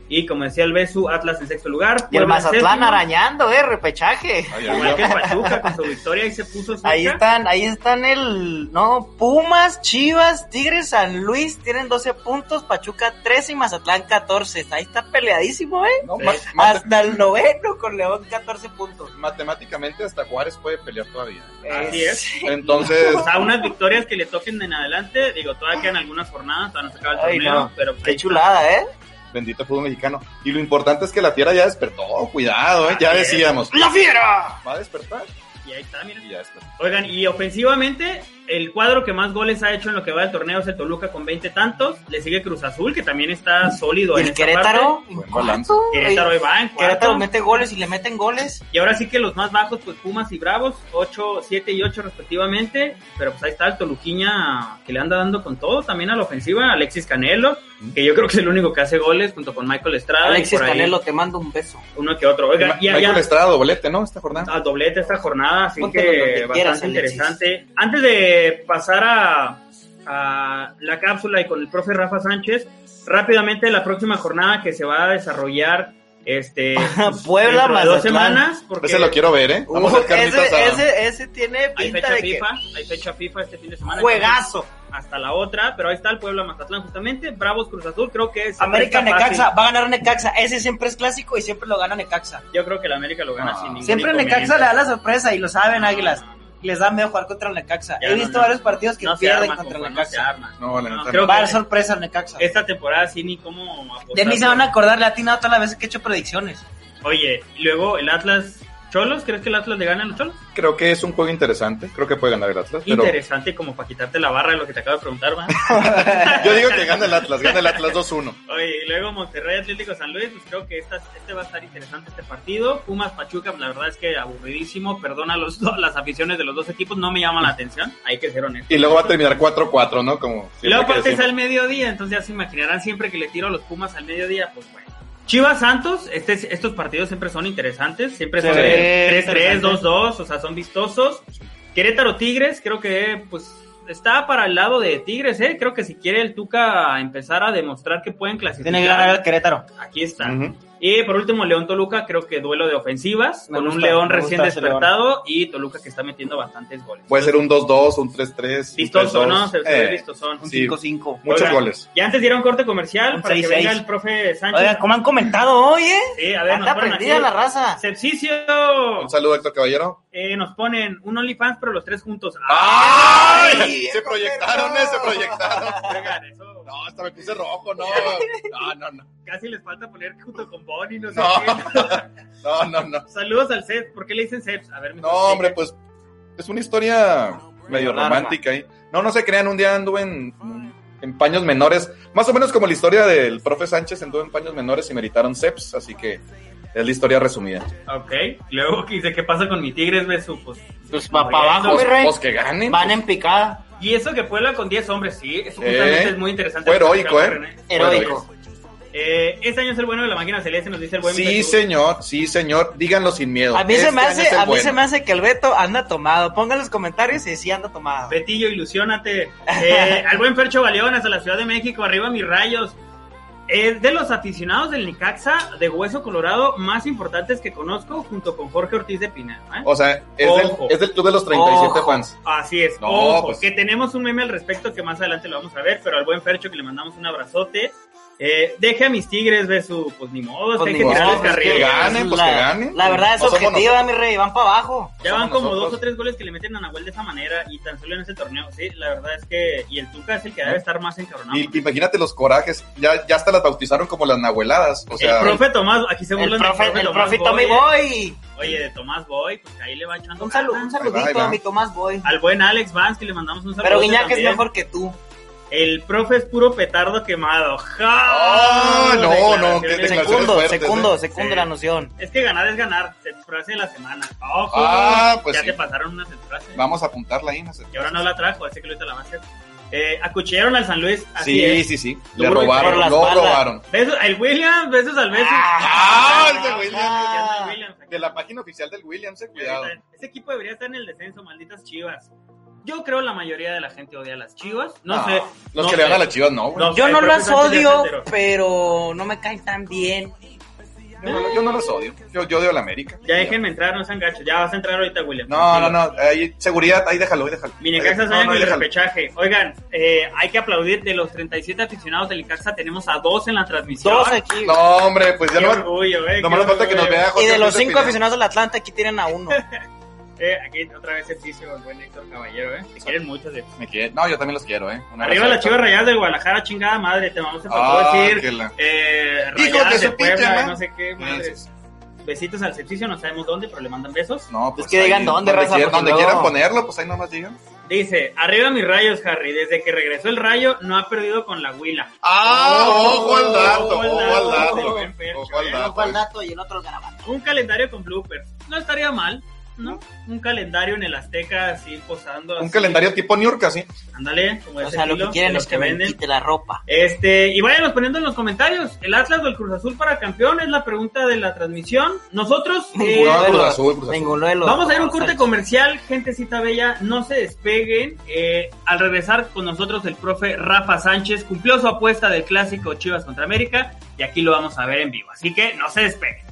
S1: y como decía el Besu, Atlas en sexto lugar.
S3: Y el
S1: Puebla en
S3: Mazatlán
S1: séptimo.
S3: arañando, ¿eh? Repechaje.
S2: Ay, ay,
S1: Igual
S2: ay.
S1: que Pachuca con su victoria y se puso cerca.
S3: Ahí están, ahí están el, no, Pumas, Chivas, Tigres, San Luis, tienen 12 puntos, Pachuca 13 y Mazatlán 14. Ahí está peleadísimo, ¿eh?
S2: No,
S1: Sí.
S2: ma- ma-
S3: Hasta el noveno con León 14 puntos.
S2: matemáticamente hasta Juárez puede pelear todavía.
S1: Así es.
S2: Entonces,
S1: O sea, unas victorias que le toquen en adelante. Digo, todavía quedan algunas jornadas, todavía no se acaba el
S3: Ay,
S1: torneo.
S3: no.
S1: Pero pues, ahí
S3: Qué
S1: está.
S3: chulada, ¿eh?
S2: bendito fútbol mexicano. Y lo importante es que la tierra ya despertó. Cuidado, ¿eh? Ya
S1: Así es.
S2: decíamos.
S3: ¡La fiera!
S2: Va a despertar
S1: Y ahí está, mira.
S2: y ya despertó.
S1: Oigan, y ofensivamente, el cuadro que más goles ha hecho en lo que va del torneo es el Toluca con 20 tantos. Le sigue Cruz Azul, que también está sólido
S3: ¿Y
S1: en
S3: el
S1: esta
S3: Querétaro?
S1: parte.
S3: ¿En
S2: Buen
S3: cuarto?
S2: balance.
S1: Querétaro ahí va en cuarto.
S3: Querétaro mete goles y le meten goles.
S1: Y ahora sí que los más bajos, pues Pumas y Bravos, 8, 7 y 8 respectivamente. Pero pues ahí está el Toluquiña que le anda dando con todo también a la ofensiva. Alexis Canelo, que yo creo que es el único que hace goles junto con Michael Estrada. y
S3: Alexis
S1: por ahí
S3: Canelo, te mando un beso.
S1: Uno que otro. Oiga,
S2: Ma-
S1: y
S2: Michael
S1: allá
S2: Estrada, doblete, ¿no? Esta jornada.
S1: al doblete esta jornada, así
S3: Póntelo donde
S1: que bastante
S3: quieras, Alexis.
S1: interesante. Antes de pasar a, a la cápsula y con el profe Rafa Sánchez, rápidamente la próxima jornada que se va a desarrollar este
S3: Puebla,
S1: dentro de dos
S3: Mazatlán.
S1: semanas porque
S2: Ese lo quiero ver, ¿eh? Vamos
S3: Uh,
S2: a hacer carnita
S3: ese,
S2: asada.
S3: ese, ese tiene
S1: hay
S3: pinta
S1: fecha
S3: de que...
S1: FIFA, hay fecha FIFA este fin de semana.
S3: Juegazo.
S1: Hasta la otra, pero ahí está el Puebla Mazatlán justamente, Bravos Cruz Azul, creo que es
S3: América
S1: está fácil.
S3: Necaxa, va a ganar Necaxa. Ese siempre es clásico y siempre lo gana Necaxa.
S1: Yo creo que la América lo gana
S2: Ah.
S1: sin ningún
S3: Siempre
S1: inconveniente.
S3: Necaxa le da la sorpresa y lo saben Águilas.
S1: No, no, no.
S3: Les da miedo jugar contra el Necaxa.
S1: Ya
S3: He
S1: no,
S3: visto
S1: no.
S3: varios partidos que
S1: No se
S3: pierden
S1: arma,
S3: contra el
S1: compa, no se
S3: Necaxa.
S1: arma.
S2: No, la
S1: No,
S2: neta.
S1: creo
S2: no.
S1: que-
S3: Va a dar sorpresa el Necaxa.
S1: Esta temporada sí ni cómo apostar.
S3: De mí se van a acordar, le atinado todas las veces que he hecho predicciones.
S1: Oye, y luego el Atlas Cholos, ¿crees que el Atlas le gana a los Cholos?
S2: Creo que es un juego interesante. Creo que puede ganar el Atlas. Pero
S1: Interesante como para quitarte la barra de lo que te acabo de preguntar, ¿va?
S2: yo digo que gana el Atlas. Gana el Atlas 2-1.
S1: Oye, y luego Monterrey Atlético San Luis, pues creo que esta- este va a estar interesante este partido. Pumas Pachuca, pues, la verdad es que aburridísimo, perdona a los, do- las aficiones de los dos equipos, no me llaman la atención, hay que ser honestos.
S2: Y luego va a terminar 4-4, ¿no? Como
S1: Y luego
S2: siempre que
S1: aparte es
S2: decimos.
S1: al mediodía, entonces ya se imaginarán siempre que le tiro a los Pumas al mediodía, pues bueno. Chivas Santos, este, es- estos partidos siempre son interesantes, siempre
S3: Sí,
S1: son de 3-3,
S3: interesante.
S1: 2-2, o sea, son vistosos. Querétaro Tigres, creo que pues está para el lado de Tigres, ¿eh? Creo que si quiere el Tuca empezar a demostrar que pueden clasificar,
S3: Tiene que ganar el Querétaro.
S1: aquí está.
S2: Ujú.
S1: Y por último, León Toluca, creo que duelo de ofensivas,
S3: Me
S1: con un
S3: gusta,
S1: León
S3: me
S1: recién
S3: gusta ese
S1: despertado y Toluca que está metiendo bastantes goles.
S2: Puede ser un 2-2, un 3-3. un
S1: Vistoso,
S3: pues,
S2: 3-2.
S1: ¿no? Se, se ve
S2: Eh,
S1: vistosón.
S3: Un
S2: Sí.
S3: 5-5.
S2: Muchos
S1: Oigan,
S2: goles.
S1: Ya antes dieron corte comercial
S3: Un
S1: para que
S3: 6-6.
S1: venga el profe Sánchez.
S3: Oigan, ¿cómo han comentado hoy, eh?
S1: Sí, a ver, nos
S3: Anda
S1: ponen
S3: prendida
S1: aquí.
S3: la raza.
S1: Sepsicio,
S2: Un saludo, Héctor Caballero.
S1: eh, nos ponen un OnlyFans, pero los tres juntos.
S3: ¡Ah! ¡Ay!
S2: Se proyectaron, eh, se proyectaron.
S1: Ah, Oigan, eso
S2: No, hasta me puse rojo, no. No, no, no.
S1: casi les falta poner junto con Bonnie, no sé
S2: No.
S1: qué.
S2: No, no, no.
S1: Saludos al Seps. ¿Por qué le dicen Seps? A ver, mi
S2: No,
S1: Seps.
S2: hombre, pues es una historia medio
S3: Larga.
S2: romántica ahí. No, no se crean, un día anduve en, en paños menores. Más o menos como la historia del profe Sánchez, anduve en paños menores y meritaron CEPs, así que es la historia resumida.
S1: Ok, luego que dice, ¿qué pasa con mi Tigres, Besu? Pues,
S3: Pues
S1: pa-
S3: para
S1: pa' abajo,
S3: abajo,
S1: mi
S2: Pues,
S3: mi rey.
S2: pues que ganen.
S3: Van en picada.
S1: y eso que Puebla con 10 hombres, sí, eso
S2: Eh,
S1: justamente es muy interesante.
S2: fue heroico, ¿eh?
S1: pues,
S3: Heroico.
S1: Eh, Este año es el bueno de la máquina celeste, nos dice el buen
S2: Sí,
S1: Besu.
S2: señor, sí, señor. Díganlo sin miedo.
S3: A mí,
S2: Este
S3: se, me
S2: año es
S3: hace,
S2: el
S3: a mí
S2: bueno.
S3: se me hace que el Beto anda tomado. Pongan los comentarios si sí anda tomado.
S1: Betillo, ilusiónate. Eh, al buen Percho Galeón, hasta la Ciudad de México, arriba mis rayos. Es de los aficionados del Nicaxa de Hueso Colorado más importantes que conozco, junto con Jorge Ortiz de Pina. ¿eh?
S2: O sea, es del,
S1: Ojo.
S2: es del club de los 37
S3: Ojo.
S2: fans.
S1: Así es.
S2: No,
S1: Ojo,
S2: pues-
S1: que tenemos un meme al respecto que más adelante lo vamos a ver, pero al buen Fercho que le mandamos un abrazote. Eh, deje a mis tigres ver su, pues ni modo,
S3: Pues
S1: hay
S3: ni
S1: que
S3: modo,
S1: tirarles
S3: pues,
S1: carril.
S2: que ganen, pues,
S3: la,
S2: que ganen.
S3: La verdad es
S2: No somos
S3: objetiva, mi rey. Van para abajo.
S1: Ya van
S2: somos
S1: como
S2: nosotros.
S1: dos o tres goles que le meten a Nahuel de esa manera y tan solo en ese torneo. Sí, la verdad es que. Y el Tuca es el que
S2: ¿Eh?
S1: debe estar más encabronado.
S2: Y, imagínate los corajes. Ya, ya hasta las bautizaron como las nahueladas. O sea,
S1: el profe Tomás, aquí se
S3: El
S1: burlan del
S3: profe, el
S1: Tomás
S3: profe Tommy
S1: Boy,
S3: Boy.
S1: eh. Oye, de Tomás Boy, pues que ahí le va echando.
S3: Un, salu-
S1: ganas.
S3: un
S2: Ahí
S3: saludito
S2: va.
S3: a mi Tomás Boy.
S1: Al buen Alex Vance, que le mandamos un saludo.
S3: Pero Guiñac es mejor que tú.
S1: El profe es puro petardo quemado. ¡Ja!
S2: Ah, no, no, qué
S1: Declaraciones.
S2: declaraciones.
S3: Secundo,
S2: fuertes,
S3: secundo,
S2: ¿eh?
S3: secundo
S1: Sí.
S3: la noción.
S1: Es que ganar es ganar. Frase de la semana. ¡Ojo!
S2: Ah, pues
S1: ya
S2: sí.
S1: te pasaron una frase.
S2: vamos a apuntarla ahí. no sé.
S1: Y ahora no la trajo, así que ahorita la va a hacer. Eh, acuchillaron al San Luis. Así
S2: Sí,
S1: es.
S2: sí, sí. Le
S1: Duro y
S2: robaron,
S3: por la
S2: lo
S3: espalda.
S2: robaron.
S1: Besos al Williams, besos al beso.
S2: Ah, ese Williams.
S1: Ya está el Williams.
S2: De la página oficial del Williams, eh, cuidado.
S1: Ese equipo debería estar en el descenso, malditas chivas. Yo creo la mayoría de la gente odia a las chivas. No,
S2: Ah,
S1: sé.
S2: Los
S1: no
S2: que le van
S1: sé.
S2: a las chivas, no, güey.
S1: No.
S3: Yo
S1: el
S3: no
S1: profe
S3: los
S1: Sánchez ya se
S3: odio,
S1: enteró.
S3: pero no me caen tan bien.
S2: Yo, no, yo no los odio. Yo, yo odio a la América.
S1: Ya déjenme entrar, no sean gachos. Ya vas a entrar ahorita, William.
S2: No, no, no. Ahí, seguridad, ahí déjalo, ahí déjalo.
S1: Minecaxa
S2: Ahí-
S1: sueña
S2: no, no,
S1: con
S2: ahí
S1: el
S2: déjalo.
S1: repechaje. Oigan, eh, hay que aplaudir de los 37 aficionados del Icaxa. Tenemos a dos en la transmisión.
S3: Dos aquí.
S2: No, hombre, pues ya
S1: Qué
S2: no, va-
S1: orgullo, eh.
S2: no
S1: qué
S2: me falta que nos
S1: orgullo.
S2: vea José
S3: Y de los
S2: Luis Ah,
S3: cinco
S2: Pineda.
S3: aficionados del Atlanta, aquí tienen a uno.
S1: Eh, aquí otra vez ejercicio el buen Héctor Caballero, eh. Te quieren mucho. de-
S2: Me quiere- No, yo también los quiero, ¿eh? Un
S1: Arriba
S2: abrazo.
S1: las chivas rayadas del Guadalajara, chingada madre. Te vamos a
S2: Ah,
S1: decir.
S2: que la-
S1: Eh,
S2: Hijos
S1: rayadas
S2: de su
S1: Puebla,
S2: pinche madre.
S1: no sé qué madres. Besitos al Cepsicio, no sabemos dónde, pero le mandan besos.
S2: No, pues
S3: Es que digan
S2: donde
S3: dónde, raza,
S2: quieran,
S3: porque
S2: donde quieran
S3: luego-
S2: ponerlo, pues ahí nomás digan.
S1: Dice, arriba mis rayos, Harry. Desde que regresó el rayo, no ha perdido con la huila.
S2: Ah, ojo al dato,
S1: Ojo al
S2: ojo
S1: dato,
S2: al dato.
S1: buen percho,
S2: Ojo al
S1: eh,
S2: dato.
S3: Uno fue al dato y el otro al garabato.
S1: Un calendario con bloopers. No estaría mal, ¿no? Un calendario en el Azteca, así posando.
S2: Un
S1: así.
S2: calendario tipo Niurka, sí.
S1: Ándale, como
S3: O
S1: ese
S3: sea, lo
S1: estilo,
S3: que quieren
S1: de los
S3: es que me
S1: venden.
S3: quite la ropa.
S1: Este, y váyanos poniendo en los comentarios, ¿el Atlas o el Cruz Azul para campeón? Es la pregunta de la transmisión. Nosotros eh,
S2: Ninguno de Cruz
S3: los-
S2: Azul, Cruz Azul.
S3: Ninguno de los.
S1: vamos a ir a un
S3: dos,
S1: corte
S3: eh.
S1: comercial, gentecita bella, no se despeguen. Eh, al regresar con nosotros el profe Rafa Sánchez cumplió su apuesta del clásico Chivas contra América y aquí lo vamos a ver en vivo, así que no se despeguen.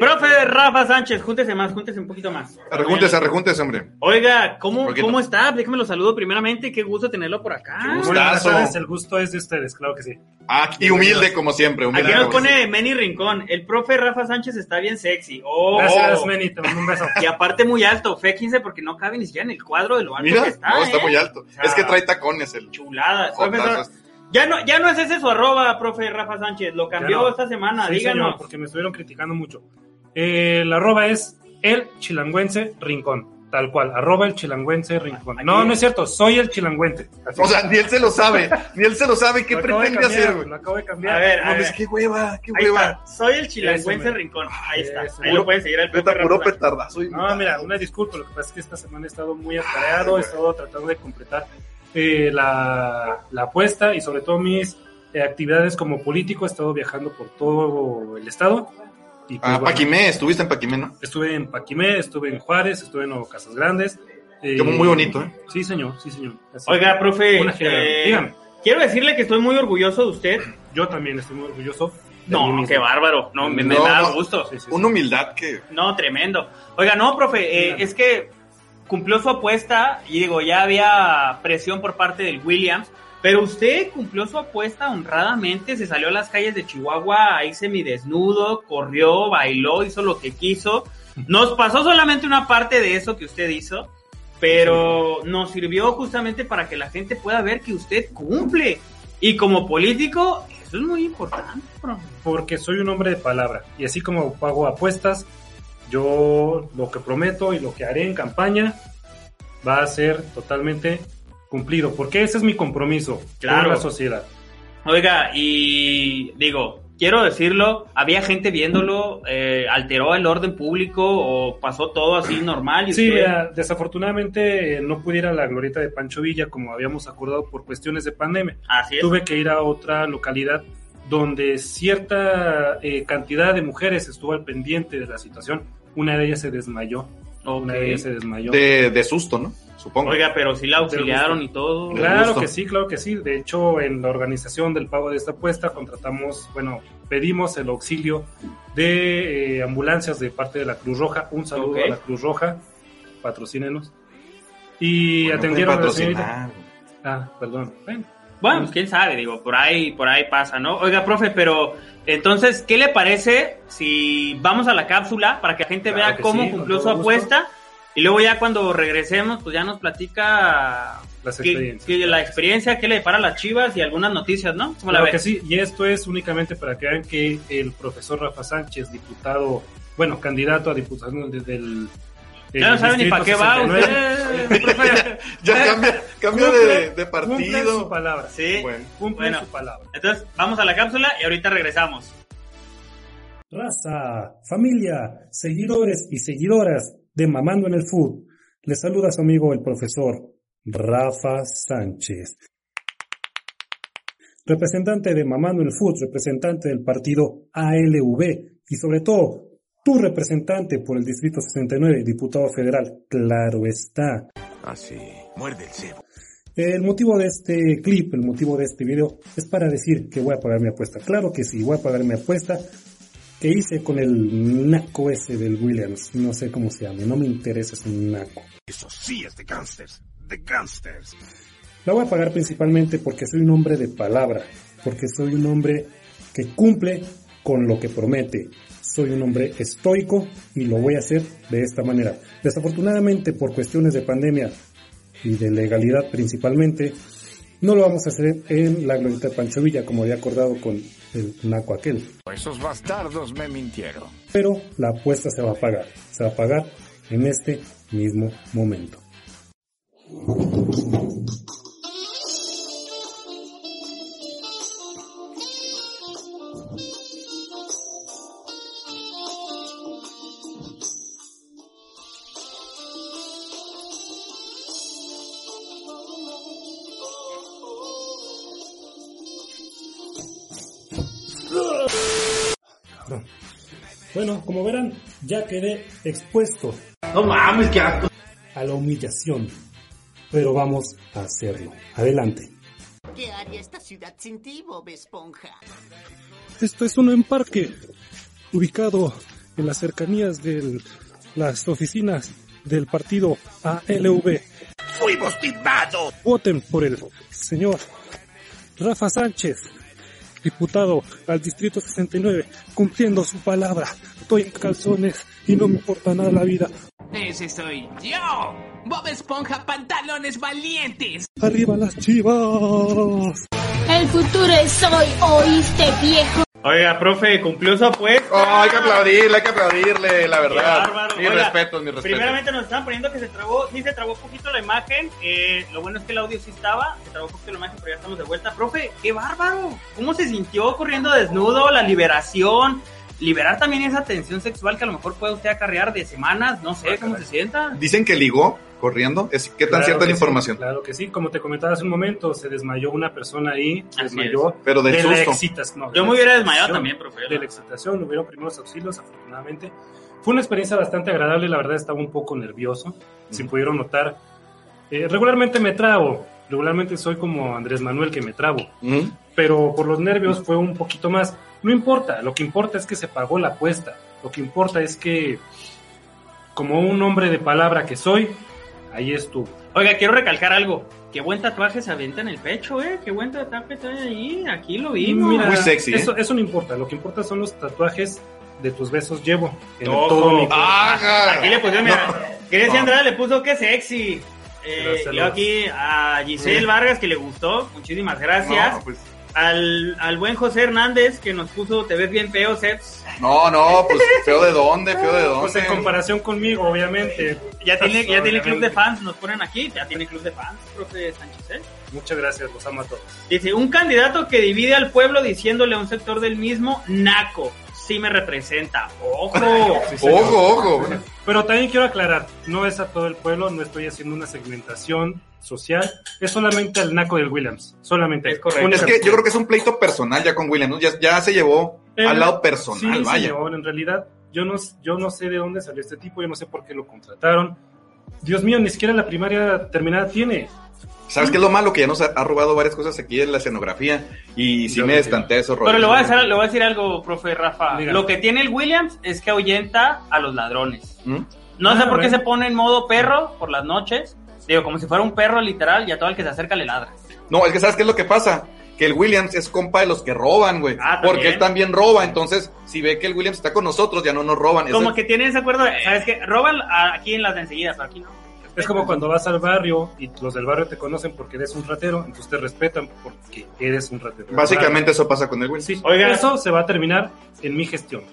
S1: Profe Rafa Sánchez, júntese más, júntese un poquito más.
S2: Arrejúntese, arrejúntese, hombre.
S1: Oiga, ¿cómo,
S2: Porque
S1: ¿cómo
S2: no-
S1: está? Déjame lo saludo primeramente, qué gusto tenerlo por acá.
S2: Qué gusto.
S4: Buenas
S2: Gustazo.
S4: tardes, el gusto es de ustedes, claro que sí.
S2: Ah, y humilde como siempre, humilde.
S1: Aquí nos
S2: como siempre.
S1: pone Manny Rincón, el profe Rafa Sánchez está bien sexy. Oh,
S4: Gracias, Meni, te mando un beso.
S1: Y aparte muy alto, F15 porque no cabe ni siquiera en el cuadro de lo alto
S2: Mira,
S1: que está.
S2: no, está
S1: ¿eh?
S2: muy alto.
S1: sea,
S2: Es que trae tacones el
S1: Chulada. Profe,
S2: jotazo.
S1: ya, no, ya no es ese su arroba, profe Rafa Sánchez, lo cambió
S4: Ya no.
S1: esta semana,
S4: Sí,
S1: díganos.
S4: señor, porque me estuvieron criticando mucho. Eh, la arroba es el chilangüense rincón, tal cual, arroba el chilangüense rincón.
S1: Aquí.
S4: No, no es cierto, soy el chilangüense. Así.
S2: O sea, ni él se lo sabe, ni él se lo sabe. ¿Qué
S4: Lo acabo de
S2: pretende
S4: cambiar,
S2: hacer, güey?
S4: Lo acabo de cambiar.
S1: A ver, a
S2: No,
S1: ver.
S2: es que hueva, qué
S1: Ahí
S2: hueva.
S1: está. Soy el chilanguense
S4: Ese, man.
S1: rincón. Ahí está.
S4: Ese,
S1: Ahí
S4: man.
S1: lo pueden seguir al profe
S2: Neta, puro
S1: Rafa.
S2: petardazo. y-
S4: Ah, No, mira, una disculpa, lo que pasa es que esta semana he estado muy
S2: Ay,
S4: atareado,
S2: güey.
S4: he estado tratando de completar eh, la, la apuesta y sobre todo mis eh, actividades como político. He estado viajando por todo el estado. Y pues,
S2: Ah,
S4: bueno,
S2: Paquimé, estuviste en Paquimé, ¿no?
S4: Estuve en Paquimé, estuve en Juárez, estuve en Nuevo Casas Grandes. eh,
S2: Estuvo muy bonito, ¿eh?
S4: Sí, señor, sí, señor. Así.
S1: Oiga, profe,
S4: Una gira.
S1: eh,
S4: Dígame,
S1: quiero decirle que estoy muy orgulloso de usted.
S4: yo también estoy muy orgulloso. de mí
S1: No,
S4: mismo.
S1: qué bárbaro. No, me, me
S2: No,
S1: da
S2: no.
S1: gusto.
S4: Sí, sí, sí.
S2: Una humildad que...
S1: No, tremendo. Oiga, no, profe, eh,
S4: Dígame.
S1: es que cumplió su apuesta y digo, ya había presión por parte del Williams, pero usted cumplió su apuesta honradamente, se salió a las calles de Chihuahua, ahí semidesnudo, corrió, bailó, hizo lo que quiso. Nos pasó solamente una parte de eso que usted hizo, pero nos sirvió justamente para que la gente pueda ver que usted cumple. Y como político, eso es muy importante, profe.
S4: Porque soy un hombre de palabra. Y así como pago apuestas, yo lo que prometo y lo que haré en campaña va a ser totalmente cumplido. Porque ese es mi compromiso
S1: Claro.
S4: con la sociedad.
S1: Oiga, y digo, quiero decirlo, había gente viéndolo, eh, alteró el orden público o pasó todo así normal. Y
S4: Sí,
S1: usted-
S4: mira, desafortunadamente eh, no pude ir a la glorieta de Pancho Villa como habíamos acordado por cuestiones de pandemia.
S1: Así es.
S4: Tuve que ir a otra localidad donde cierta eh, cantidad de mujeres estuvo al pendiente de la situación. Una de ellas se desmayó.
S1: Ok.
S4: Una eh, de ellas se desmayó.
S2: De, de susto, ¿no? Supongo.
S1: Oiga, pero sí la auxiliaron y todo.
S2: Con
S4: Claro
S2: gusto.
S4: que sí, claro que sí. De hecho, en la organización del pago de esta apuesta contratamos, bueno, pedimos el auxilio de eh, ambulancias de parte de la Cruz Roja. Un saludo
S1: Ok.
S4: a la Cruz Roja, patrocínenos.
S1: pues,
S4: Y
S2: Bueno,
S4: atendieron a la
S2: patrocinar.
S4: señorita. Ah, perdón. Bueno,
S1: Bueno, pues, quién sabe, digo, por ahí, por ahí pasa, ¿no? Oiga, profe, pero entonces, ¿qué le parece si vamos a la cápsula para que la gente
S4: Claro
S1: vea
S4: que
S1: cómo
S4: sí, con
S1: cumplió
S4: todo
S1: su
S4: gusto.
S1: apuesta? Y luego ya cuando regresemos, pues ya nos platica
S4: las
S1: que,
S4: experiencias.
S1: la experiencia que le depara a las chivas y algunas noticias, ¿no? ¿Cómo la
S4: Claro
S1: ve?
S4: que sí, y esto es únicamente para que vean que el profesor Rafa Sánchez, diputado, bueno, candidato a diputado del... del
S1: Ya no saben ni
S4: distrito
S1: para qué va
S4: 69,
S1: usted. profe.
S2: Ya cambia, cambia de, de
S4: Cumplen su
S2: partido.
S4: palabra,
S1: Sí.
S2: Bueno.
S4: cumplen
S1: Bueno.
S4: su palabra.
S1: Entonces, vamos a la cápsula y ahorita regresamos.
S5: Raza, familia, seguidores y seguidoras de Mamando en el Food, les saluda su amigo el profesor Rafa Sánchez. Representante de Mamando en el Food, representante del partido ALV y sobre todo tu representante por el Distrito 69, diputado federal, claro está.
S6: Así, muerde el cebo.
S5: El motivo de este clip, el motivo de este video, es para decir que voy a pagar mi apuesta. Claro que sí, voy a pagar mi apuesta que hice con el naco ese del Williams. No sé cómo se llama, no me interesa ese naco.
S6: Eso sí es de gangsters. De gangsters.
S5: La voy a pagar principalmente porque soy un hombre de palabra, porque soy un hombre que cumple con lo que promete. Soy un hombre estoico y lo voy a hacer de esta manera. Desafortunadamente por cuestiones de pandemia y de legalidad principalmente, no lo vamos a hacer en la glorieta de Pancho Villa como había acordado con el naco aquel.
S6: Esos bastardos me mintieron.
S5: Pero la apuesta se va a pagar, se va a pagar en este mismo momento. Bueno, como verán, ya quedé expuesto
S1: No mames, qué asco.
S5: a la humillación. Pero vamos a hacerlo. Adelante.
S7: ¿Qué haría esta ciudad sin ti, Bob Esponja?
S5: Esto es un emparque ubicado en las cercanías de las oficinas del partido ALV.
S6: ¡Fuimos timados!
S5: Voten por el señor Rafa Sánchez, diputado al Distrito 69, cumpliendo su palabra. Estoy en calzones y no me importa nada la vida.
S8: Ese soy yo. Bob Esponja Pantalones Valientes.
S5: ¡Arriba las chivas!
S9: El futuro es hoy, oíste viejo.
S1: Oiga, profe, cumplió su apuesta.
S2: Oh, hay que aplaudirle, hay que aplaudirle, la
S1: Qué
S2: verdad.
S1: bárbaro.
S2: Mis
S1: Oiga,
S2: respetos, mis respetos.
S1: Primeramente nos están poniendo que se trabó, sí se trabó un poquito la imagen. eh, lo bueno es que el audio sí estaba, se trabó un poquito la imagen, pero ya estamos de vuelta. Profe, qué bárbaro. ¿Cómo se sintió corriendo desnudo? La liberación, liberar también esa tensión sexual que a lo mejor puede usted acarrear de semanas, no sé cómo se sienta.
S2: Dicen que ligó corriendo? ¿Es, ¿Qué tan
S4: Claro
S2: cierta es
S4: que
S2: la
S4: sí,
S2: información?
S4: claro que sí, como te comentaba hace un momento, se desmayó una persona ahí, se
S1: Así
S4: desmayó.
S2: Pero del
S4: de la
S2: susto.
S4: excitas- no, de
S1: Yo
S4: la
S1: me hubiera desmayado
S4: excitación,
S1: también, profe.
S4: De la excitación, hubieron primeros auxilios, afortunadamente. Fue una experiencia bastante agradable, la verdad estaba un poco nervioso, si pudieron notar. Eh, regularmente me trabo, regularmente soy como Andrés Manuel que me trabo,
S2: Ujú.
S4: pero por los nervios fue un poquito más. No importa, lo que importa es que se pagó la apuesta, lo que importa es que, como un hombre de palabra que soy, ahí estuvo.
S1: Oiga, quiero recalcar algo. Qué buen tatuaje se avienta en el pecho, ¿eh? Qué buen tatuaje trae ahí. Aquí lo vimos.
S4: Mira,
S2: Muy sexy, ¿eh?
S4: Eso, eso no importa. Lo que importa son los tatuajes de tus besos llevo. En
S1: Ojo.
S4: todo mi cuerpo.
S2: ¡Ajá!
S1: Aquí le pusieron, mira. Grecia
S2: Ah, No.
S1: Andrade le puso que sexy. Eh,
S4: Gracias,
S1: luego aquí a Giselle
S2: Sí.
S1: Vargas que le gustó. Muchísimas gracias.
S2: No, pues,
S1: Al, al buen José Hernández que nos puso Te ves bien feo, Seps.
S2: no, no, pues feo de dónde, feo de dónde.
S4: Pues en comparación conmigo, obviamente.
S1: Ya tiene, ya tiene
S4: Obviamente.
S1: club de fans, nos ponen aquí. Ya tiene club de fans, profe Sánchez. ¿eh?
S4: Muchas gracias, los amo a todos.
S1: Dice, un candidato que divide al pueblo diciéndole a un sector del mismo, naco, sí me representa. ¡Ojo!
S4: Sí, señor.
S2: Ojo, ojo.
S4: Pero también quiero aclarar, no es a todo el pueblo, no estoy haciendo una segmentación social, es solamente al naco del Williams, solamente.
S1: Es correcto.
S4: Única-
S2: Es que yo creo que es un pleito personal ya con William, ¿no? Ya, ya se llevó
S4: Eh,
S2: al lado personal,
S4: sí,
S2: vaya.
S4: señor, en realidad yo no, yo no sé de dónde salió este tipo, yo no sé por qué lo contrataron. Dios mío, ni siquiera la primaria terminada tiene.
S2: ¿Sabes qué es lo malo? Que ya nos ha, ha robado varias cosas aquí en la escenografía y sí
S4: Yo
S2: me
S4: lo
S2: destanté esos rollos.
S1: Pero le voy, a decir, le voy a decir algo, profe Rafa.
S4: Dígame.
S1: Lo que tiene el Williams es que ahuyenta a los ladrones.
S2: ¿Mm?
S1: No
S4: Ah,
S1: sé por qué
S4: bueno.
S1: se pone en modo perro por las noches. Digo, como si fuera un perro literal y a todo el que se acerca le ladra.
S2: No, es que ¿sabes qué es lo que pasa? Que el Williams es compa de los que roban, güey.
S1: Ah, también.
S2: porque él también roba. Entonces, si ve que el Williams está con nosotros, ya no nos roban. Ese-
S1: Como que tiene ese acuerdo, de, ¿sabes qué? Roban a- aquí en las de enseguida, pero aquí no.
S4: Es como cuando vas al barrio y los del barrio te conocen porque eres un ratero, entonces te respetan porque eres un ratero.
S2: Básicamente eso pasa con el
S4: Pues
S2: Williams.
S4: sí,
S1: Oiga.
S4: eso se va a terminar en mi gestión.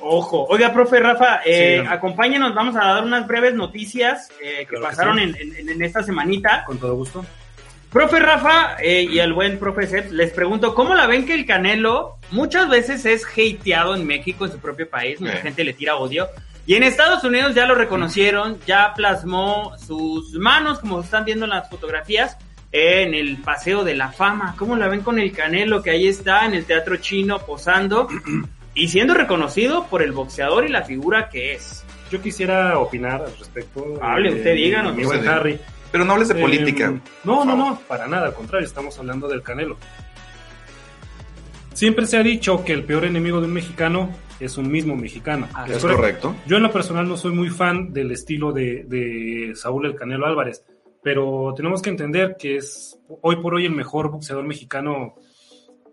S1: Ojo. Oiga, profe Rafa, eh,
S4: dígame.
S1: acompáñenos. Vamos a dar unas breves noticias eh, que
S4: Claro que
S1: pasaron
S4: sí.
S1: en- en- en esta semanita.
S4: Con todo gusto.
S1: Profe Rafa eh, y al buen profe Seps, les pregunto, ¿cómo la ven que el Canelo muchas veces es hateado en México, en su propio país? Mucha
S2: Sí.
S1: gente le tira odio. Y en Estados Unidos ya lo reconocieron, ya plasmó sus manos, como están viendo en las fotografías, en el Paseo de la Fama. ¿Cómo la ven con el Canelo que ahí está en el Teatro Chino posando y siendo reconocido por el boxeador y la figura que es?
S4: Yo quisiera opinar al respecto.
S1: Hable usted, díganos.
S4: amigo
S2: Bueno,
S4: Harry.
S2: Pero no hables de
S4: Eh,
S2: política.
S4: No,
S2: por
S4: no,
S2: favor.
S4: no, para nada, al contrario, estamos hablando del Canelo. Siempre se ha dicho que el peor enemigo de un mexicano es un mismo mexicano.
S1: Ah,
S2: Es correcto.
S4: Yo en lo personal no soy muy fan del estilo de, de Saúl El Canelo Álvarez, pero tenemos que entender que es hoy por hoy el mejor boxeador mexicano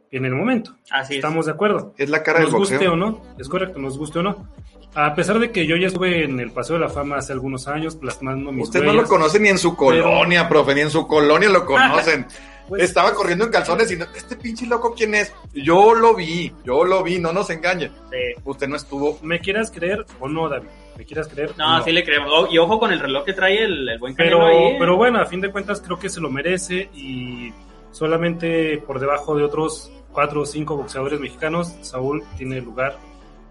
S4: en el momento.
S1: Así es.
S4: Estamos de acuerdo.
S2: Es la cara
S4: Nos
S2: del
S4: guste
S2: boxeo.
S4: o no, es correcto, nos guste o no. A pesar de que yo ya estuve en el Paseo de la Fama hace algunos años plasmando mis
S2: Usted no lo
S4: huellas,
S2: conoce ni en su colonia, profe, ni en su colonia lo conocen.
S4: pues,
S2: Estaba corriendo en calzones y no- este pinche loco, ¿quién es? Yo lo vi, yo lo vi, no nos engañe.
S4: eh,
S1: Sí.
S2: Usted no estuvo.
S4: ¿Me quieras creer o no, David? ¿Me quieras creer?
S1: No,
S4: o no?
S1: sí le creemos. Oh, y ojo con el reloj que trae el, el buen Canelo
S4: pero,
S1: ahí, ¿eh?
S4: pero bueno, a fin de cuentas creo que se lo merece y solamente por debajo de otros cuatro o cinco boxeadores mexicanos, Saúl tiene el lugar,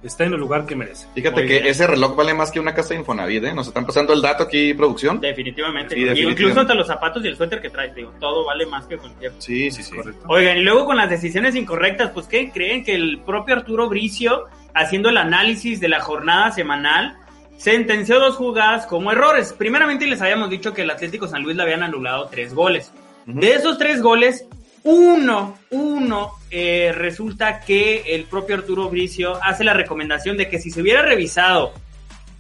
S4: está en el lugar que merece.
S2: Fíjate
S1: Muy
S2: que
S1: bien.
S2: ese reloj vale más que una casa de Infonavit, ¿eh? Nos están pasando el dato aquí, producción.
S1: Definitivamente.
S2: Sí,
S1: Y
S2: definitivamente.
S1: Incluso hasta los zapatos y el suéter que traes, digo, todo vale más que cualquier.
S2: Sí, sí, sí.
S4: ¿Correcto?
S1: Oigan, y luego con las decisiones incorrectas, pues ¿qué creen? Que el propio Arturo Bricio, haciendo el análisis de la jornada semanal, sentenció dos jugadas como errores. Primeramente les habíamos dicho que el Atlético San Luis le habían anulado tres goles.
S2: Ujú.
S1: De esos tres goles, uno, uno, eh, resulta que el propio Arturo Bricio hace la recomendación de que si se hubiera revisado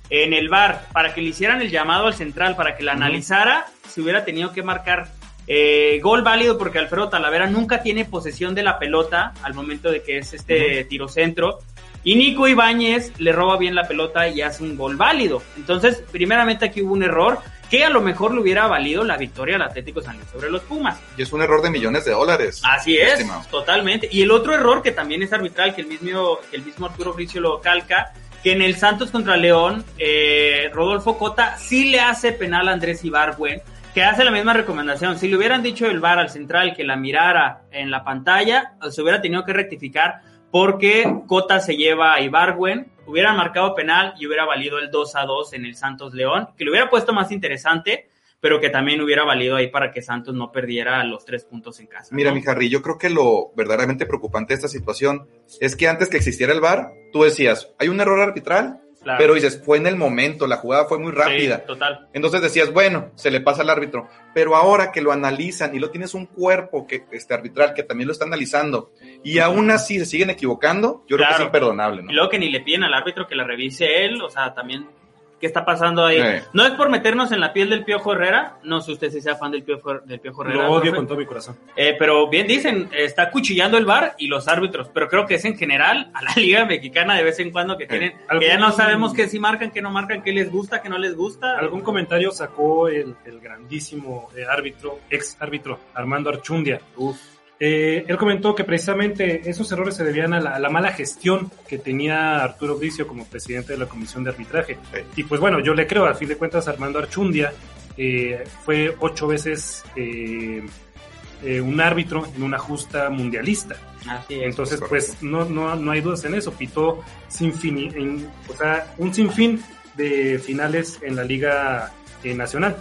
S1: en el bar para que le hicieran el llamado al central para que la analizara, se hubiera tenido que marcar eh, gol válido porque Alfredo Talavera nunca tiene posesión de la pelota al momento de que es este tiro centro. Y Nico Ibáñez le roba bien la pelota y hace un gol válido. Entonces, primeramente aquí hubo un error que a lo mejor le hubiera valido la victoria al Atlético San Luis sobre los Pumas.
S2: Y es un error de millones de dólares.
S1: Así es,
S2: Estimado.
S1: totalmente. Y el otro error que también es arbitral, que el mismo, que el mismo Arturo Fricio lo calca, que en el Santos contra León, eh, Rodolfo Cota sí le hace penal a Andrés Ibargüen, que hace la misma recomendación. Si le hubieran dicho el VAR al central que la mirara en la pantalla, se hubiera tenido que rectificar porque Cota se lleva a Ibargüen, hubieran marcado penal y hubiera valido el 2 a 2 en el Santos León, que lo hubiera puesto más interesante. pero que también hubiera valido ahí para que Santos no perdiera los tres puntos en casa.
S2: Mira,
S1: ¿no?
S2: mi Harry, yo creo que lo verdaderamente preocupante de esta situación es que antes que existiera el VAR, tú decías, hay un error arbitral,
S1: Claro.
S2: pero dices, fue en el momento, la jugada fue muy
S1: Sí,
S2: rápida.
S1: total.
S2: Entonces decías, bueno, se le pasa al árbitro, pero ahora que lo analizan y lo tienes un cuerpo que este arbitral que también lo está analizando y aún así se siguen equivocando, yo creo que
S1: Claro.
S2: es imperdonable,
S1: Y
S2: ¿no?
S1: luego que ni le piden al árbitro que la revise él, o sea, también, ¿qué está pasando ahí?
S2: Sí.
S1: No es por meternos en la piel del Piojo Herrera, no sé usted si sea fan del Piojo, del Piojo Herrera.
S4: Lo odio
S1: profe.
S4: con todo mi corazón.
S1: Eh, pero bien dicen, está cuchillando el bar y los árbitros, pero creo que es en general a la Liga Mexicana de vez en cuando que tienen, que ya no
S4: algún-
S1: sabemos qué sí marcan, qué no marcan, qué les gusta, qué no les gusta.
S4: Algún comentario sacó el, el grandísimo eh, árbitro, ex árbitro, Armando Archundia. Eh, él comentó que precisamente esos errores se debían a la, a la mala gestión que tenía Arturo Bricio como presidente de la Comisión de Arbitraje. Y pues bueno, yo le creo, a fin de cuentas, Armando Archundia eh, fue ocho veces eh, eh, un árbitro en una justa mundialista.
S1: Así es.
S4: Entonces,
S2: es correcto.
S4: pues no, no, no hay dudas en eso. Pitó sin fin, en- o sea, un sinfín de finales en la Liga eh, Nacional.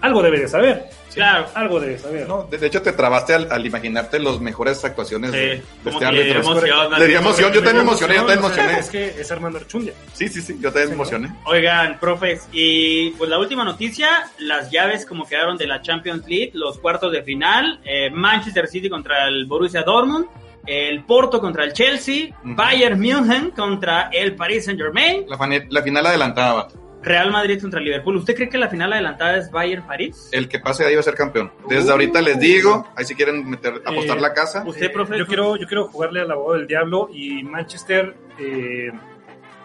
S4: Algo debe de saber,
S1: Claro.
S4: algo debe de saber.
S2: No, de de hecho te trabaste al, al imaginarte las mejores actuaciones
S1: Sí,
S2: de, de
S1: como que
S2: este
S1: le
S2: árbitro.
S1: dio
S2: Es correcto.
S1: emoción, ¿no?
S2: Le dio emoción, yo también me emocioné, yo también
S4: O sea,
S2: emocioné.
S4: Es que es Armando Archundia.
S2: Sí, sí, sí, yo también me emocioné.
S1: Oigan, profes, y pues la última noticia, las llaves como quedaron de la Champions League, los cuartos de final, eh, Manchester City contra el Borussia Dortmund, el Porto contra el Chelsea,
S2: Ujú.
S1: Bayern München contra el Paris Saint Germain,
S2: La, fane- la final adelantada, vato.
S1: Real Madrid contra Liverpool. ¿Usted cree que la final adelantada es Bayern París?
S2: el que pase de ahí va a ser campeón. Desde ahorita les digo, ahí si quieren meter, apostar
S4: Eh,
S2: la casa,
S1: Usted, profe,
S4: Yo quiero, yo quiero jugarle al abogado del diablo y Manchester eh,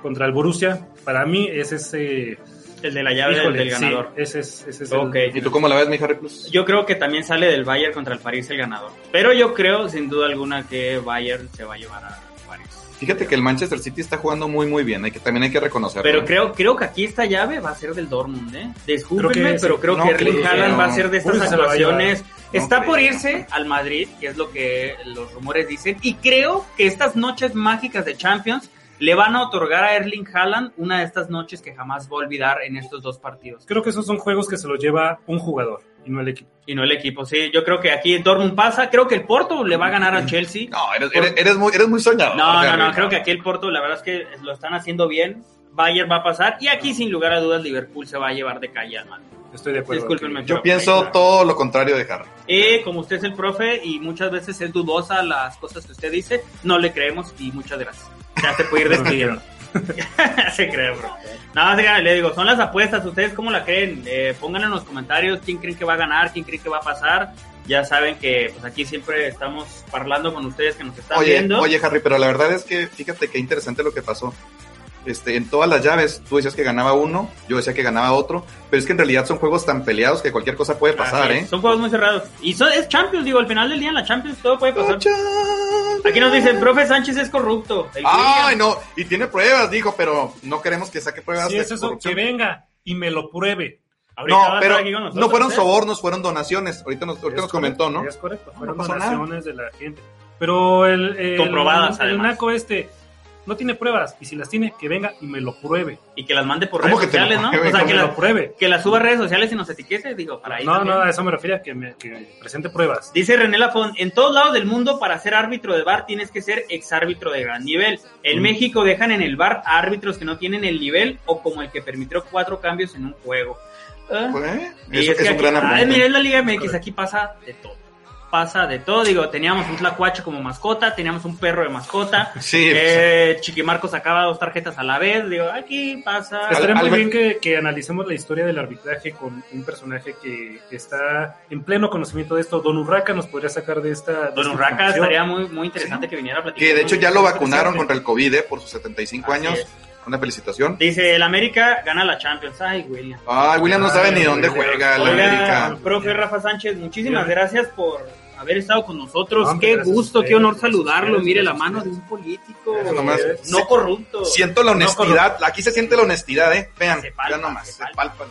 S4: contra el Borussia. Para mí ese es ese.
S1: el de la llave del, del ganador.
S4: ese es, ese es
S1: Ok.
S4: el,
S2: ¿y tú cómo la ves, mi Harry Plus?
S1: Yo creo que también sale del Bayern contra el París el ganador. Pero yo creo, sin duda alguna, que Bayern se va a llevar a París.
S2: Fíjate que el Manchester City está jugando muy, muy bien, hay que, también hay que reconocerlo.
S1: Pero creo, creo que aquí esta llave va a ser del Dortmund, ¿eh? Discúlpenme,
S4: Creo que sí.
S1: pero creo
S2: No
S1: que Erling
S2: creo,
S1: Haaland
S2: no.
S1: va a ser de estas
S4: Uy, se la va a
S1: actuaciones.
S2: No
S1: Está por
S2: creo.
S1: irse al Madrid, que es lo que los rumores dicen. Y creo que estas noches mágicas de Champions le van a otorgar a Erling Haaland una de estas noches que jamás va a olvidar en estos dos partidos.
S4: Creo que esos son juegos que se los lleva un jugador y no el equipo.
S1: Y no el equipo, sí. Yo creo que aquí Dortmund pasa. Creo que el Porto le va a ganar al Chelsea.
S2: No, eres, eres, eres muy, eres muy soñador.
S1: No, no,
S2: Harry.
S1: no, creo que aquí el Porto, la verdad es que lo están haciendo bien. Bayern va a pasar y aquí, sin lugar a dudas, Liverpool se va a llevar de calle al man.
S4: Estoy de acuerdo.
S1: Discúlpenme.
S2: Yo pienso todo lo contrario de Harry.
S1: Eh, como usted es el profe y muchas veces es dudosa las cosas que usted dice, no le creemos y muchas gracias. Ya se puede ir despidiendo. Ya se cree, bro. Nada más díganme, le digo, son las apuestas, ¿ustedes cómo la creen? Eh, pónganlo en los comentarios quién creen que va a ganar, quién creen que va a pasar. Ya saben que pues aquí siempre estamos parlando con ustedes que nos están
S2: Oye,
S1: viendo.
S2: oye, Harry, pero la verdad es que fíjate qué interesante lo que pasó. Este, en todas las llaves, tú decías que ganaba uno, yo decía que ganaba otro, pero es que en realidad son juegos tan peleados que cualquier cosa puede pasar,
S1: Así es,
S2: ¿eh?
S1: Son juegos muy cerrados. Y son, es Champions, digo, al final del día en la Champions todo puede pasar. Aquí nos dicen, profe Sánchez es corrupto. El
S2: Ay,
S1: William.
S2: no, y tiene pruebas, dijo, pero no queremos que saque pruebas.
S4: Si
S2: de
S4: es eso, que
S2: corrupción.
S4: venga y me lo pruebe.
S1: Ahorita
S2: No,
S1: va a estar
S2: pero
S1: aquí con
S2: no
S1: nosotros,
S2: fueron
S1: ¿eh?
S2: sobornos, fueron donaciones. Ahorita nos, ahorita
S4: Es
S2: nos comentó, ¿no?
S4: correcto, Es correcto. Fueron
S2: pasó nada.
S4: donaciones de la gente. Pero el, el,
S1: Comprobadas,
S4: el,
S1: además.
S4: naco este no tiene pruebas. Y si las tiene, que venga y me lo pruebe.
S1: Y que las mande por
S2: ¿Cómo
S1: redes
S2: que te lo
S1: sociales, ¿no?
S2: pruebe?
S1: O sea,
S2: ¿Cómo
S1: que
S4: que me lo
S1: las,
S4: pruebe.
S1: que las suba a redes sociales y nos etiquete, digo, para ahí.
S4: No,
S1: también.
S4: no, a eso me refiero, que, me, que presente pruebas.
S1: Dice René Lafon, en todos lados del mundo para ser árbitro de bar tienes que ser exárbitro de gran nivel. En
S4: Mm.
S1: México dejan en el bar a árbitros que no tienen el nivel o como el que permitió cuatro cambios en un juego. Ah.
S2: Pues, ¿eh?
S1: Y
S2: Eso es,
S1: que
S2: un gran
S1: aquí- ah,
S2: apunte.
S1: mira, es la Liga MX, aquí pasa de todo. Pasa de todo, digo, teníamos un tlacuache como mascota, teníamos un perro de mascota.
S2: Sí,
S1: eh, Chiquimarco sacaba dos tarjetas a la vez, digo, aquí pasa.
S4: Estaría muy
S2: Albert-
S4: bien que, que analicemos la historia del arbitraje con un personaje que está en pleno conocimiento de esto. Don Urraca nos podría sacar de esta. de
S1: Don
S4: esta
S1: Urraca
S4: información.
S1: estaría muy, muy interesante que viniera a platicar.
S2: pues, Que de hecho ya lo vacunaron
S4: Interesante.
S2: contra el COVID ¿eh? por sus 75
S1: Así
S2: años.
S1: es.
S2: Una felicitación.
S1: Dice, el América gana la Champions. Ay, William.
S2: Ay, William no
S4: Ay,
S2: sabe ni dónde
S4: William.
S2: juega la
S1: Hola,
S2: América.
S1: profe Rafa Sánchez, muchísimas
S4: Bien.
S1: gracias por haber estado con nosotros.
S4: Hombre,
S1: Qué
S4: gracias
S1: gusto,
S4: a ustedes,
S1: qué honor
S4: gracias a
S1: saludarlo.
S4: ustedes,
S1: Mire la
S4: gracias a
S1: mano de un
S4: ustedes.
S1: político eh,
S4: Gracias
S2: nomás.
S1: no corrupto.
S2: Siento la
S1: No,
S2: honestidad. Aquí se siente la honestad, ¿eh? Vean,
S1: Se palpa,
S2: vean nomás.
S1: se
S2: Se palpan.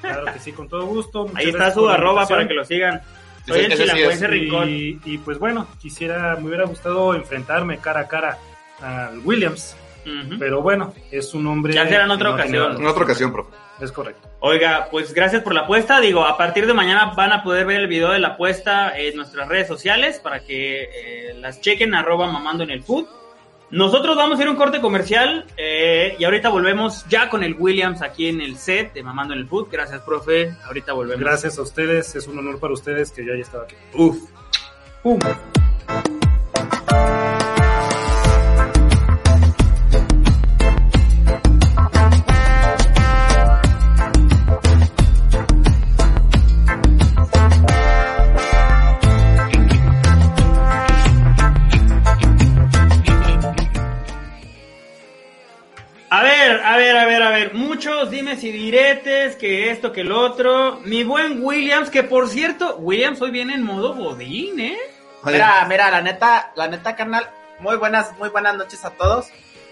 S4: Claro que sí, con todo gusto. Muchas
S1: Ahí está
S4: gracias
S1: su
S4: por la
S1: arroba
S4: invitación.
S1: para que lo sigan. Soy
S2: Ese-
S1: el
S2: ese sí
S1: chilanguense
S2: es.
S1: rincón.
S4: pues Y, y, pues bueno, quisiera, me hubiera gustado enfrentarme cara a cara al Williams,
S1: Ujú.
S4: Pero bueno, es un hombre.
S1: Ya será en otra
S4: que no tiene
S1: ocasión.
S4: valor.
S2: En otra ocasión, profe.
S4: Es correcto.
S1: Oiga, pues gracias por la apuesta. Digo, a partir de mañana van a poder ver el video de la apuesta en nuestras redes sociales para que eh, las chequen arroba mamando en el food. Nosotros vamos a ir a un corte comercial eh, y ahorita volvemos ya con el Williams aquí en el set de Mamando en el Food. Gracias, profe. Ahorita volvemos.
S4: Gracias a ustedes. Es un honor para ustedes que yo haya estado aquí.
S1: Uf.
S4: ¡Pum!
S1: A ver, a ver, a ver, a ver. Muchos dimes y diretes, que esto, que el otro. Mi buen Williams, que por cierto, Williams hoy viene en modo godín, ¿eh?
S3: Mira, mira, la neta, la neta, carnal, muy buenas, muy buenas noches a todos.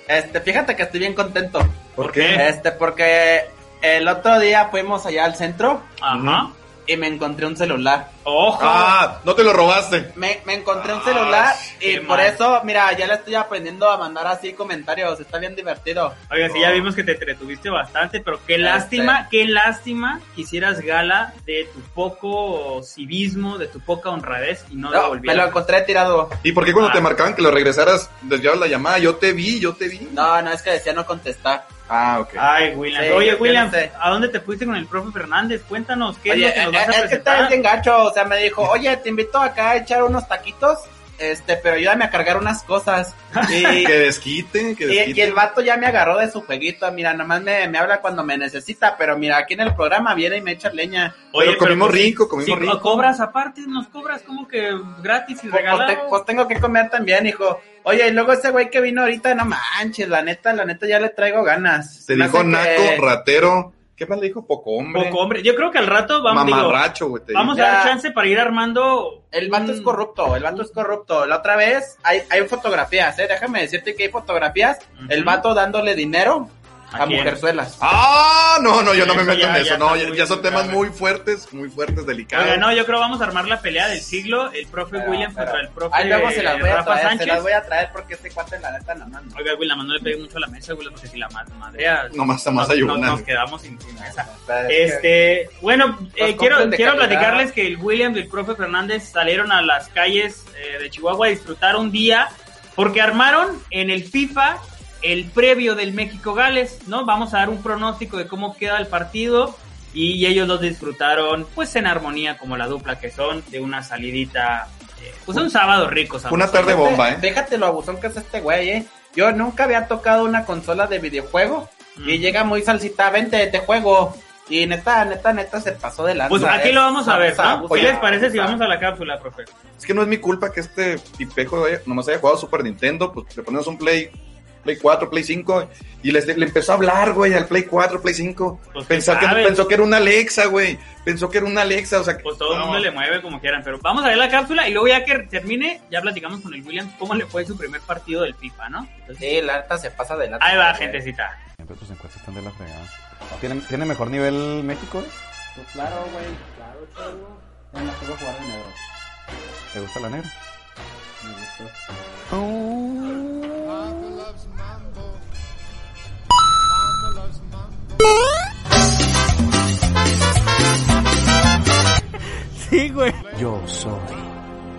S3: Este, fíjate que estoy bien contento.
S1: ¿Por qué?
S3: Este, porque el otro día fuimos allá al centro
S1: Ajá.
S3: y me encontré un celular.
S1: Ojo.
S2: Ah, no te lo robaste.
S3: Me, me encontré un
S1: Ah,
S3: celular
S1: qué
S3: y por
S1: mal.
S3: eso, mira, ya le estoy aprendiendo a mandar así comentarios. Está bien divertido.
S1: Oiga, sí, ya vimos que te entretuviste bastante, pero qué lástima, qué lástima que hicieras gala de tu poco civismo, de tu poca honradez y no,
S3: No, me lo
S1: devolvieras.
S3: encontré tirado.
S2: ¿Y por qué cuando
S1: Ah.
S2: te marcaban que lo regresaras, desviabas la llamada? Yo te vi, yo te vi.
S3: No, no, es que decía no contestar.
S2: Ah, ok.
S1: Ay, William.
S3: Sí,
S1: Oye,
S3: yo
S1: William,
S3: no sé.
S1: ¿a dónde te fuiste con el profe Fernández? Cuéntanos, ¿qué
S3: Oye,
S1: es lo que nos
S3: eh,
S1: vas
S3: eh,
S1: a
S3: es que está
S1: presentar?
S3: bien gacho, o sea, me dijo, oye, te invito acá a echar unos taquitos, este, pero ayúdame a cargar unas cosas. Y,
S2: que desquite, que
S3: y- y
S2: desquite.
S3: el vato ya me agarró de su jueguito, mira, nomás me, me habla cuando me necesita, pero mira, aquí en el programa viene y me echa leña.
S2: Pero comimos
S1: pues,
S2: rico, comimos
S1: sí,
S2: rico.
S1: cobras aparte, nos cobras como que gratis y
S3: Pues, pues, te-
S1: regalado.
S3: pues tengo que comer también, hijo. Oye, y luego ese güey que vino ahorita, no manches, la neta, la neta ya le traigo ganas.
S2: Te
S3: Me
S2: dijo
S3: hace
S2: naco,
S3: que-
S2: ratero. ¿Qué más le dijo? Poco hombre.
S1: Poco, hombre. Yo creo que al rato vamos, digo,
S2: Mamarracho, güey. te
S1: vamos a
S2: dijo.
S1: dar
S3: Ya.
S1: chance para ir armando.
S3: El vato
S1: un-
S3: es corrupto, el vato es corrupto. La otra vez hay, hay fotografías, ¿eh? déjame decirte que hay fotografías.
S1: Ujú.
S3: El vato dándole dinero a,
S1: ¿A quién?
S3: mujerzuelas.
S2: Ah, no, no, yo no me
S1: Eso
S2: meto
S1: ya-
S2: en
S1: ya
S2: eso. No,
S1: está
S2: ya,
S1: muy
S2: ya son temas
S1: grave.
S2: muy fuertes, muy fuertes, delicados.
S1: Oiga, no, yo creo vamos a armar la pelea del siglo, el profe
S3: Pero,
S1: Williams
S3: pero,
S1: contra el profe
S3: Ahí luego se las voy a
S1: Rafa
S3: traer,
S1: Sánchez.
S3: se las voy a traer porque este cuate la neta no manda.
S1: Oiga, güey, la mano le pegué mucho a la mesa, güey, porque si la ma- madrea...
S2: Nomás está más
S1: nos,
S2: ayunando.
S1: nos, nos quedamos sin, sin mesa.
S3: O sea, es que-
S1: Este, bueno, eh, quiero,
S3: compren de
S1: quiero
S3: calidad.
S1: platicarles que el Williams y el profe Fernández salieron a las calles eh, de Chihuahua a disfrutar un día porque armaron en el FIFA el previo del México-Gales, ¿no? Vamos a dar un pronóstico de cómo queda el partido y ellos los disfrutaron pues en armonía como la dupla que son de una salidita, eh, pues un sábado rico.
S2: Fue una
S1: sabroso.
S2: tarde bomba,
S3: Fíjate-
S2: ¿eh?
S3: Fíjate lo abusón que es este güey, ¿eh? Yo nunca había tocado una consola de videojuego y
S1: Mm.
S3: llega muy salsita, vente, te juego. Y neta, neta, neta se pasó de lanza.
S1: Pues aquí
S3: ¿eh?
S1: lo vamos a ver,
S3: Abusa,
S1: ¿no?
S3: abusa,
S1: ¿Qué les parece si
S3: abusa.
S1: vamos a la cápsula, profe?
S2: Es que no es mi culpa que este tipejo haya- nomás haya jugado Super Nintendo, pues le ponemos un Play, Play 4, Play 5, y les- le empezó a hablar, güey, al Play 4, Play 5.
S1: Pues,
S2: pensó, que,
S1: ¿sabes?
S2: pensó que era una Alexa, güey. Pensó que era una Alexa, o sea... que-
S1: Pues todo el
S2: no.
S1: mundo le mueve como quieran, pero vamos a ver la cápsula y luego ya que termine, ya platicamos con el Williams cómo le fue su primer partido del FIFA, ¿no? Entonces,
S3: Sí, la neta se pasa de lanza.
S1: ahí va,
S3: güey.
S1: gentecita.
S10: Siempre tus encuestas están de la fregada. ¿Tiene, tiene mejor nivel México?
S3: Pues claro, güey, claro, chavo. No, no puedo jugar de negro.
S10: ¿Te gusta la negra?
S6: Yo soy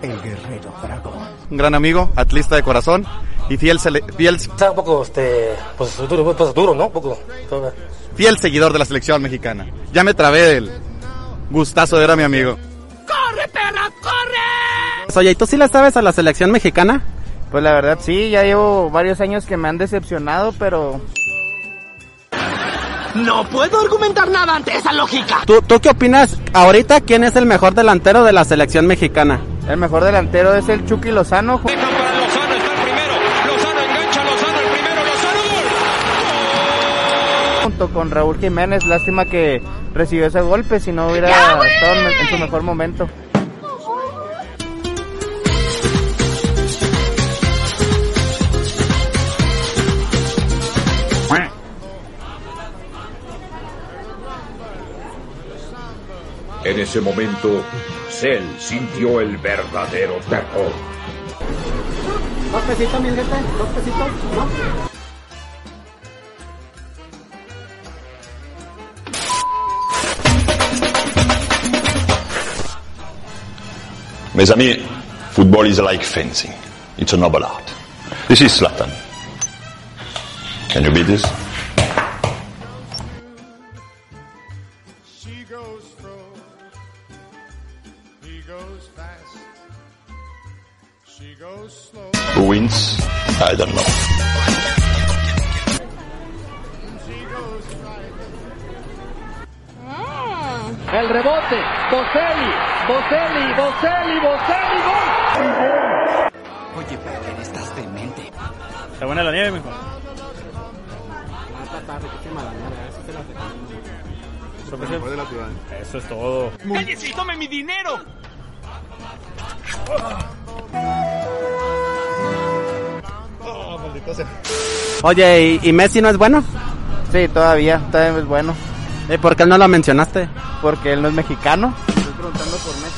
S6: el guerrero dragón.
S10: Un gran amigo, atlista de corazón y fiel, sele- fiel,
S11: Está un poco, este, pues duro, pues duro, ¿no? Un poco. todo.
S10: fiel seguidor de la selección mexicana. Ya me trabé del gustazo de ver a mi amigo.
S11: Oye, ¿tú sí la sabes a la selección mexicana?
S3: Pues la verdad sí, ya llevo varios años que me han decepcionado, pero
S6: No puedo argumentar nada ante esa lógica.
S11: ¿Tú, ¿Tú qué opinas ahorita quién es el mejor delantero de la selección mexicana?
S3: el mejor delantero es el Chucky Lozano. Junto con Raúl Jiménez, lástima que recibió ese golpe, si no hubiera estado en su mejor momento.
S6: En ese momento, Cell sintió el verdadero terror.
S12: Mes amis, football is like fencing. It's a noble art. This is Slatan. Can you beat this? Who wins? I don't know.
S13: El rebote, Boselli, Boselli, Boselli, Boselli, gol.
S14: Oye, Peter, estás demente.
S15: Está buena la nieve, mejor. Eso es todo.
S14: ¡Cállese y tome mi dinero!
S16: Oye, ¿y, y Messi no es bueno?
S3: Sí, todavía, todavía es bueno.
S16: ¿Y por qué no lo mencionaste?
S3: Porque él no es mexicano.
S13: Estoy preguntando por México.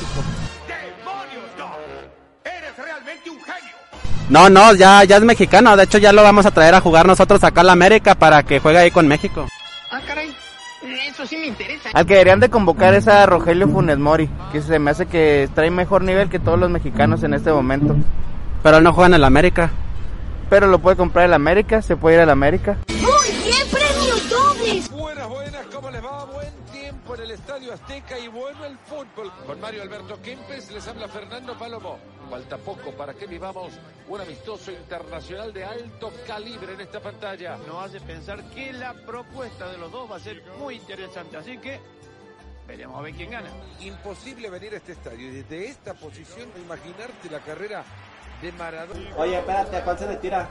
S16: No, no, ya, ya es mexicano. De hecho, ya lo vamos a traer a jugar nosotros acá a la América para que juegue ahí con México.
S13: Ah, caray. Eso sí me interesa.
S3: Al que deberían de convocar es a Rogelio Funes Mori, que se me hace que trae mejor nivel que todos los mexicanos en este momento.
S16: Pero él no juega en el América.
S3: Pero lo puede comprar el América, se puede ir al América.
S17: ¡Muy bien, premios dobles!
S6: Buenas, buenas, ¿cómo les va? Buen tiempo en el Estadio Azteca y bueno el fútbol. Con Mario Alberto Kempes les habla Fernando Palomo. Falta poco para que vivamos un amistoso internacional de alto calibre en esta pantalla.
S13: Nos hace pensar que la propuesta de los dos va a ser muy interesante, así que veremos a ver quién gana.
S6: Imposible venir a este estadio y desde esta posición imaginarte la carrera de Maradona.
S13: Oye, espérate, ¿a cuál se le tira?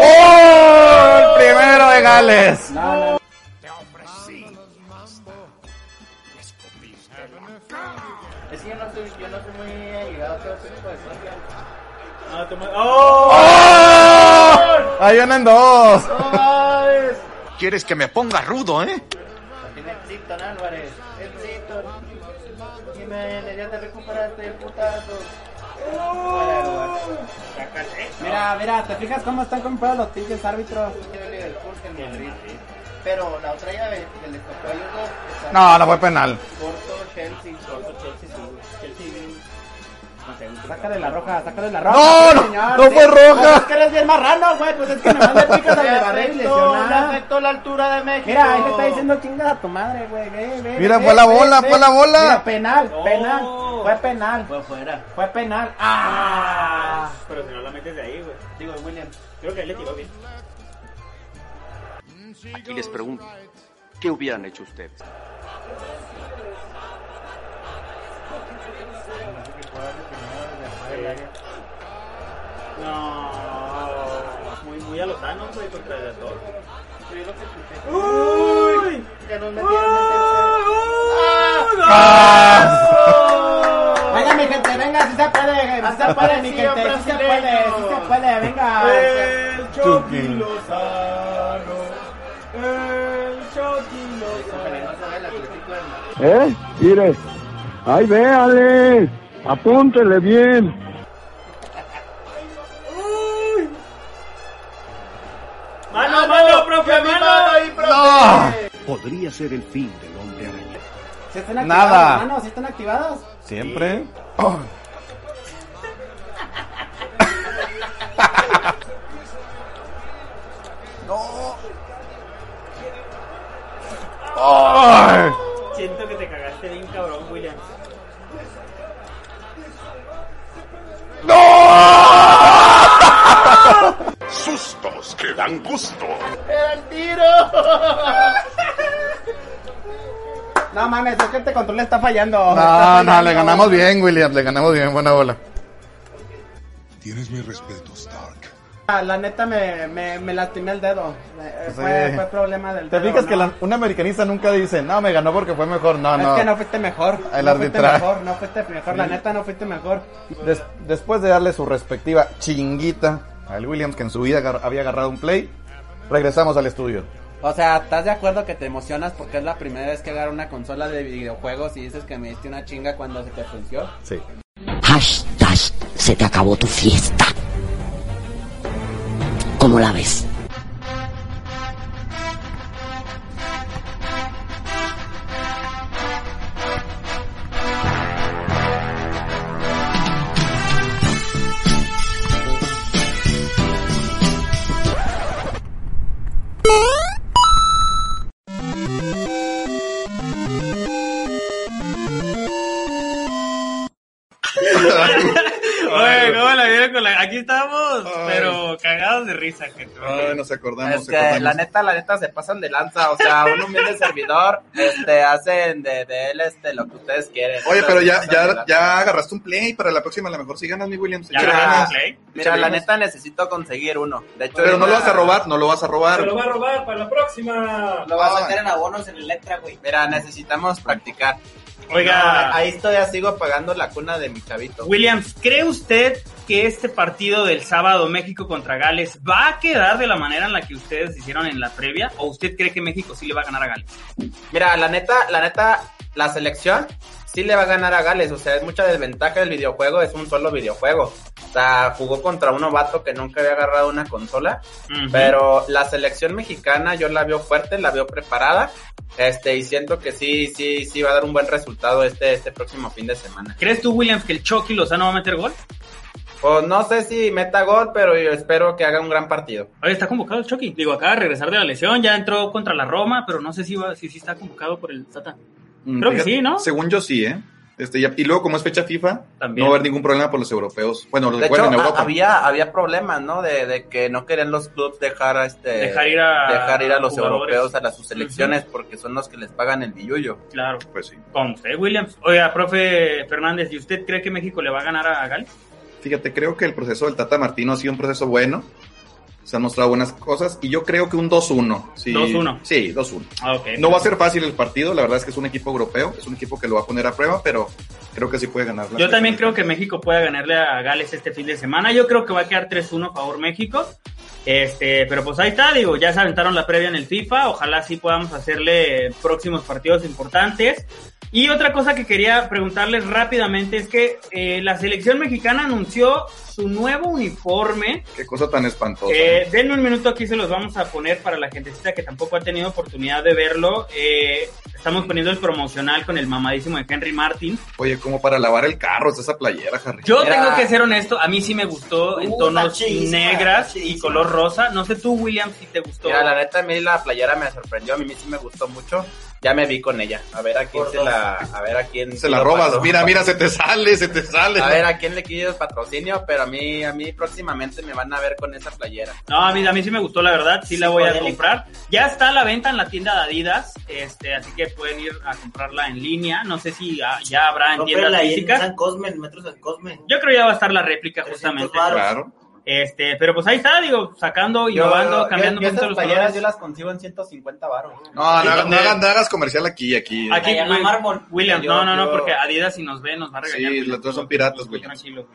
S16: ¡Gol! Primero de Gales.
S13: Te ofrecí. Es que yo no soy, yo no soy muy allegado a todo tipo de cosas.
S16: ¡Oh! Ahí vienen dos.
S13: ¡No mames!
S18: Quieres que me ponga rudo, ¿eh?
S13: Tiene Clifton Álvarez. Es Clifton. Jiménez, ya te recuperaste del putazo.
S4: Mira, mira, Ah, ¿te fijas cómo están comprados los tickets, árbitro?
S13: Pero la otra llave que les tocó a ellos dos. está-
S2: No, no fue penal.
S13: Porto, Chelsea, Porto, Chelsea, sí. Chelsea. No sé, un-
S4: Sácale la roja, sácale la
S13: No,
S4: roja.
S13: no,
S4: señor,
S13: no
S4: sí.
S13: fue roja.
S4: Pues es que eres bien marrano, güey, pues es que nomás le picas al
S13: Le
S4: de barril
S13: afectó, le
S4: lesionado.
S13: afectó la altura de México.
S4: Mira, ahí le está diciendo chingas a tu madre, güey. Ve, ve,
S13: Mira,
S4: ve,
S13: fue la
S4: ve,
S13: bola,
S4: ve.
S13: fue la bola.
S4: Mira, penal, penal. Fue penal.
S13: Fue fuera.
S4: Fue penal. ¡Ah!
S1: Pero si no la metes de ahí, güey. Digo, William. Creo que él le tiró bien.
S19: Aquí les pregunto, ¿qué hubieran hecho ustedes?
S1: No. Muy, muy a los Thanos, güey, contra el actor.
S13: Uy, que nos metieron
S4: Venga, mi gente, venga, si se puede, si se puede, mi gente, si se puede, si se puede, venga.
S13: El Chucky
S4: Chucky.
S13: Lozano. El Chucky Lozano.
S20: ¿Eh? Mire. Ahí véale. Apúntele bien.
S1: Mano, mano, profe,
S13: que mi
S1: mano.
S13: mano ahí, profe.
S18: Podría ser el fin del hombre araña.
S4: ¿Sí están activados,
S2: Nada.
S4: hermano? ¿Sí están activados?
S2: Siempre.
S13: No.
S2: Ay.
S1: Siento que te cagaste bien, cabrón, William.
S18: Sustos que dan gusto.
S13: Era el tiro.
S4: No mames, es que este control está fallando.
S2: No, no, le ganamos bien, William. Le ganamos bien. Buena bola.
S21: Tienes mi respeto, Stark.
S4: Ah, La neta me, me, me lastimé el dedo. Eh, eh, Fue,
S2: Sí.
S4: fue problema del
S2: Te
S4: dedo.
S2: fijas
S4: ¿no?
S2: que la- un americanista nunca dice, no, me ganó porque fue mejor. No,
S4: Es
S2: no.
S4: que no fuiste mejor.
S2: El
S4: no fuiste
S2: arbitraje.
S4: mejor, no fuiste mejor, la neta no fuiste mejor.
S2: Des- después de darle su respectiva chinguita al Williams, que en su vida agar- había agarrado un play, regresamos al estudio.
S22: O sea, ¿estás de acuerdo que te emocionas porque es la primera vez que agarro una consola de videojuegos y dices que me diste una chinga cuando se te ofreció?
S2: Sí.
S18: Hashtag se te acabó tu fiesta. ¿Cómo la ves?
S23: aquí estamos, pero cagados de risa, gente.
S2: Ay, nos acordamos.
S3: Es que la
S2: acordamos.
S3: neta, la neta se pasan de lanza. O sea, un humilde servidor, este, hacen de, de él este, lo que ustedes quieren.
S2: Oye, pero ya,
S3: Pasan de
S2: ya,
S3: lanza.
S2: ya agarraste un play para la próxima. A lo mejor si ganas, mi Williams.
S3: Ya
S2: Échale
S3: agarraste
S2: ganas.
S3: un
S2: Échale
S3: Mira, la
S2: ganas.
S3: neta necesito conseguir uno. De hecho,
S2: Pero no lo
S3: ahorita-
S2: vas a robar, no lo vas a robar.
S3: Se lo va
S4: a robar para la próxima.
S3: Lo
S2: Ah.
S3: vas a sacar en abonos en Electra, güey. Mira, necesitamos practicar.
S1: Oiga.
S3: No, ahí todavía sigo pagando la cuna de mi chavito.
S1: Williams, ¿cree usted que este partido del sábado México contra Gales va a quedar de la manera en la que ustedes hicieron en la previa? ¿O usted cree que México sí le va a ganar a Gales?
S3: Mira, la neta, la neta, la selección sí le va a ganar a Gales. O sea, es mucha desventaja del videojuego, es un solo videojuego. O sea, jugó contra un novato que nunca había agarrado una consola. Pero la selección mexicana yo la veo fuerte, la veo preparada. Este, y siento que sí, sí, sí va a dar un buen resultado este, este próximo fin de semana.
S1: ¿Crees tú, Williams, que el Chucky Lozano va a meter gol?
S3: Pues no sé si meta gol, pero yo espero que haga un gran partido.
S1: Oye, está convocado el Chucky. Digo, acaba de regresar de la lesión, ya entró contra la Roma, pero no sé si, va, si, si está convocado por el Tata.
S2: Mm,
S1: Creo que
S2: fíjate,
S1: sí, ¿no?
S2: Según yo sí, ¿eh? Este, ya- y luego, como es fecha FIFA, no va a haber ningún problema por los europeos. Bueno, los
S3: De
S2: que
S3: hecho,
S2: juegan en
S3: ha-
S2: Europa.
S3: había, había problemas, ¿no? De, de que no querían los clubes dejar a este
S1: Dejar ir a
S3: dejar ir a los
S1: jugadores.
S3: europeos a las sus selecciones porque son los que les pagan el billullo.
S1: Claro.
S2: Pues sí.
S1: Con usted, Williams. Oiga, profe Fernández, ¿y usted cree que México le va a ganar a Gales?
S2: Fíjate, creo que el proceso del Tata Martino ha sido un proceso bueno. Se han mostrado buenas cosas. Y yo creo que un 2-1. Sí,
S1: 2-1.
S2: Sí, 2-1.
S1: Ah, ok.
S2: No va a ser fácil el partido. La verdad es que es un equipo europeo. Es un equipo que lo va a poner a prueba, pero creo que sí puede ganar. la
S1: Yo
S2: selección.
S1: también creo que México puede ganarle a Gales este fin de semana. Yo creo que va a quedar 3-1 a favor México. Este, pero pues ahí está, digo, ya se aventaron la previa en el FIFA. Ojalá sí podamos hacerle próximos partidos importantes. Y otra cosa que quería preguntarles rápidamente es que eh, la selección mexicana anunció su nuevo uniforme.
S2: Qué cosa tan espantosa.
S1: Eh, denme un minuto aquí, se los vamos a poner para la gentecita que tampoco ha tenido oportunidad de verlo. Eh, estamos poniendo el promocional con el mamadísimo de Henry Martin.
S2: Oye, como para lavar el carro, está esa playera, Harry.
S1: Yo tengo que ser honesto, a mí sí me gustó en
S3: Uh,
S1: tonos
S3: está chidísima,
S1: negras y color rosa. No sé tú, William, si te gustó.
S3: Mira, la neta a mí la playera me sorprendió, a mí sí me gustó mucho. Ya me vi con ella. A ver a quién
S2: Por
S3: se
S2: dos.
S3: la a ver a quién
S2: Se la robas. Mira, mira, se te sale, se te sale.
S3: A ver a quién le quiero patrocinio, pero a mí a mí próximamente me van a ver con esa playera.
S1: No, a mí, a mí sí me gustó, la verdad. Sí, la voy a
S3: psicodélica.
S1: comprar. Ya está a la venta en la tienda de Adidas, este, así que pueden ir a comprarla en línea. No sé si ah, ya habrá en
S23: Cómprala
S1: tiendas
S23: ahí en
S1: físicas.
S23: San Cosme, en Metro San Cosme.
S1: Yo creo ya va a estar la réplica justamente.
S23: varos.
S2: Claro.
S1: Este, pero pues ahí está, digo, sacando,
S3: Yo-
S1: innovando,
S3: yo-
S1: cambiando
S3: yo
S1: un poquito
S3: esas
S1: los
S3: playeras
S1: colores.
S3: yo las consigo en 150 baros.
S2: No, no, hagas- no hagas, no hagas comercial aquí, aquí.
S1: Aquí,
S3: Diana
S1: Will-
S3: Mármol.
S1: William,
S3: Yo-
S1: no, no, no,
S3: yo-
S1: porque Adidas si nos ve nos va a regañar.
S2: Sí, los dos son piratas, William.
S1: Tranquilo,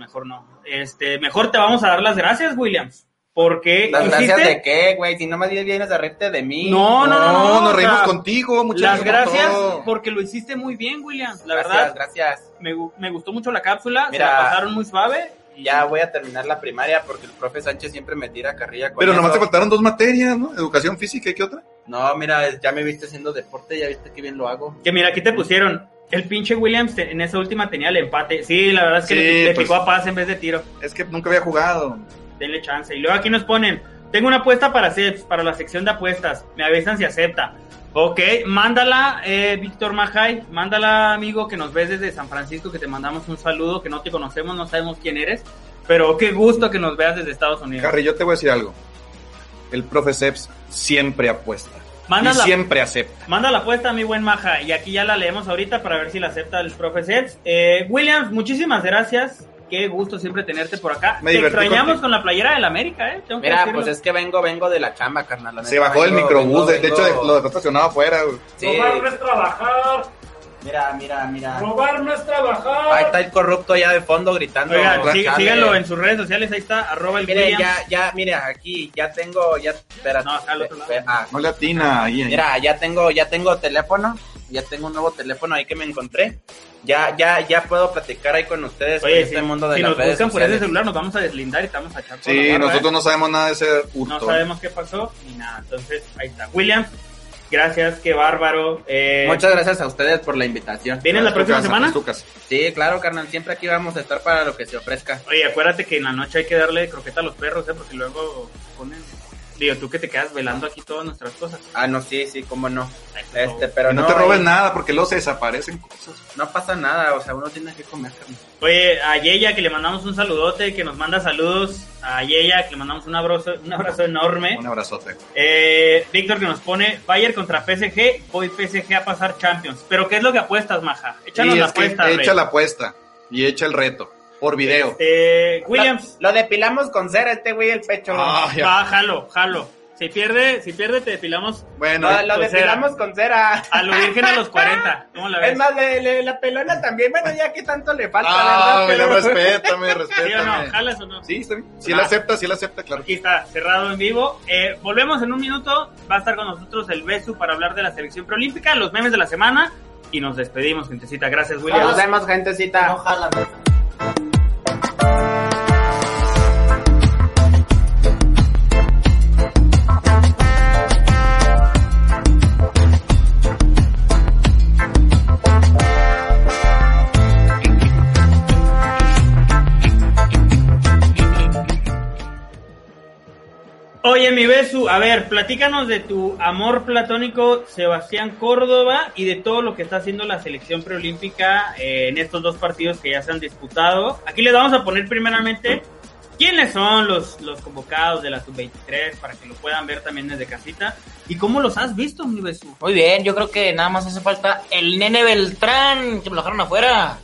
S1: mejor no. Este, mejor te vamos a dar las gracias, Williams, porque
S3: ¿Las
S1: hiciste-
S3: gracias de qué, güey? Si nomás vienes a reírte de mí.
S1: No, no, no, no, no, o
S2: nos reímos
S1: sea,
S2: contigo, muchachos.
S1: Las gracias
S2: por todo.
S1: porque lo hiciste muy bien, Williams. La
S3: Gracias,
S1: verdad,
S3: gracias.
S1: Me, gu- me gustó mucho la cápsula,
S3: Mira.
S1: se la pasaron muy suave.
S3: Ya voy a terminar la primaria porque el profe Sánchez siempre me tira carrilla con
S2: Pero nomás te
S3: eso.
S2: faltaron dos materias, ¿no? Educación física y qué otra.
S3: No, mira, ya me viste haciendo deporte, ya viste que bien lo hago.
S1: Que mira, aquí te pusieron. El pinche Williams te- en esa última tenía el empate. Sí, la verdad es que
S2: Sí,
S1: le, le
S2: pues.
S1: picó a paz en vez de tiro.
S2: Es que nunca había jugado.
S1: Denle chance. Y luego aquí nos ponen, tengo una apuesta para Ceps, para la sección de apuestas. Me avisan si acepta. Ok, mándala, eh, Víctor Majay, mándala, amigo, que nos ves desde San Francisco, que te mandamos un saludo, que no te conocemos, no sabemos quién eres, pero qué gusto que nos veas desde Estados Unidos.
S2: Harry, yo te voy a decir algo. El profe Seps siempre apuesta.
S1: Mandas
S2: y
S1: Ah, la-
S2: siempre acepta.
S1: Manda la apuesta, mi buen Maja, y aquí ya la leemos ahorita para ver si la acepta el profe Ceps. Eh, Williams, muchísimas gracias. Qué gusto siempre tenerte por acá.
S3: Me
S1: Te
S3: divertí
S1: extrañamos
S3: contigo.
S1: con la playera del América, ¿eh? Tengo que
S3: Mira,
S1: decirlo.
S3: pues es que vengo, vengo de la chamba, carnal.
S1: Ah,
S3: la
S2: Se
S3: neta,
S2: bajó del
S3: vengo-
S2: microbús,
S3: vengo-
S2: de, de hecho de-
S3: vengo-
S2: lo dejó estacionado afuera. güey.
S3: Sí.
S4: trabajar.
S3: Mira, mira, mira.
S4: Robar no es trabajar.
S3: Ahí está el corrupto ya de fondo gritando.
S1: Oigan, sí-
S3: "Chale".
S1: síganlo en sus redes sociales, ahí está, arroba el
S3: Mire,
S1: Williams.
S3: ya, ya, mira, aquí ya tengo, ya, espera, ah,
S2: No le atina ahí. ahí.
S3: mira, ya tengo, ya tengo teléfono, ya tengo un nuevo teléfono ahí que me encontré, ya, ya, ya puedo platicar ahí con ustedes en
S1: Oye,
S3: este
S1: si,
S3: mundo de
S1: si
S3: las
S1: nos
S3: redes
S1: buscan por ese
S3: sociales.
S1: celular, nos vamos a deslindar y te vamos a echar por la
S2: Sí,
S1: barra,
S2: nosotros
S1: ¿eh?
S2: no sabemos nada de ese hurto.
S1: No sabemos qué pasó ni nada. Entonces, ahí está. Williams, gracias, qué bárbaro. Eh,
S3: Muchas gracias a ustedes por la invitación.
S1: ¿Vienes la
S3: Es tu
S1: próxima
S3: casa,
S1: semana?
S3: es tu casa. Sí, claro, carnal, siempre aquí vamos a estar para lo que se ofrezca.
S1: Oye, acuérdate que en la noche hay que darle croqueta a los perros, ¿eh? Porque luego ponen. Digo, tú que te quedas velando aquí todas nuestras cosas.
S24: Ah, no, sí, sí, cómo no. Este, pero
S2: Y no
S24: no.
S2: te robes
S24: eh,
S2: nada porque luego se desaparecen cosas.
S24: No pasa nada, o sea, uno tiene que comer carne.
S1: Oye, a Yeya que le mandamos un saludote, que nos manda saludos. A Yeya que le mandamos un abrazo, un abrazo enorme.
S2: Un abrazote.
S1: Eh, Víctor que nos pone Bayern contra PSG, voy PSG a pasar Champions. Pero ¿qué es lo que apuestas, Maja? Échanos
S2: Y
S1: la
S2: es que
S1: apuesta.
S2: echa
S1: Rey.
S2: la apuesta y echa el reto por video.
S1: Eh, Williams.
S24: Lo, lo depilamos con cera este güey el pecho.
S2: Ah, ya.
S1: Va, jalo, jalo. Si pierde, si pierde te depilamos.
S2: Bueno,
S24: lo, lo depilamos con cera.
S1: A lo virgen a los 40. ¿Cómo la ves?
S24: Es más, le- le- la pelona también, bueno, ya que tanto le falta,
S2: Ah, me
S24: ¿verdad? Pero-
S2: respétame,
S1: ¿Sí o no?
S2: respétame.
S1: ¿Jalas o no?
S2: Sí, está bien. Si él
S1: Ah.
S2: acepta, si él acepta, claro.
S1: Aquí está, cerrado en vivo. Eh, volvemos en un minuto. Va a estar con nosotros el Besu para hablar de la selección preolímpica, los memes de la semana. Y nos despedimos, gentecita. Gracias, William.
S24: Nos vemos, gentecita. Ojalá.
S1: Oye, mi Besu, a ver, platícanos de tu amor platónico, Sebastián Córdoba, y de todo lo que está haciendo la selección preolímpica eh, en estos dos partidos que ya se han disputado. Aquí les vamos a poner primeramente quiénes son los, los convocados de la sub-23 para que lo puedan ver también desde casita. ¿Y cómo los has visto, mi Besu?
S3: Muy bien, yo creo que nada más hace falta el nene Beltrán, que me lo dejaron afuera.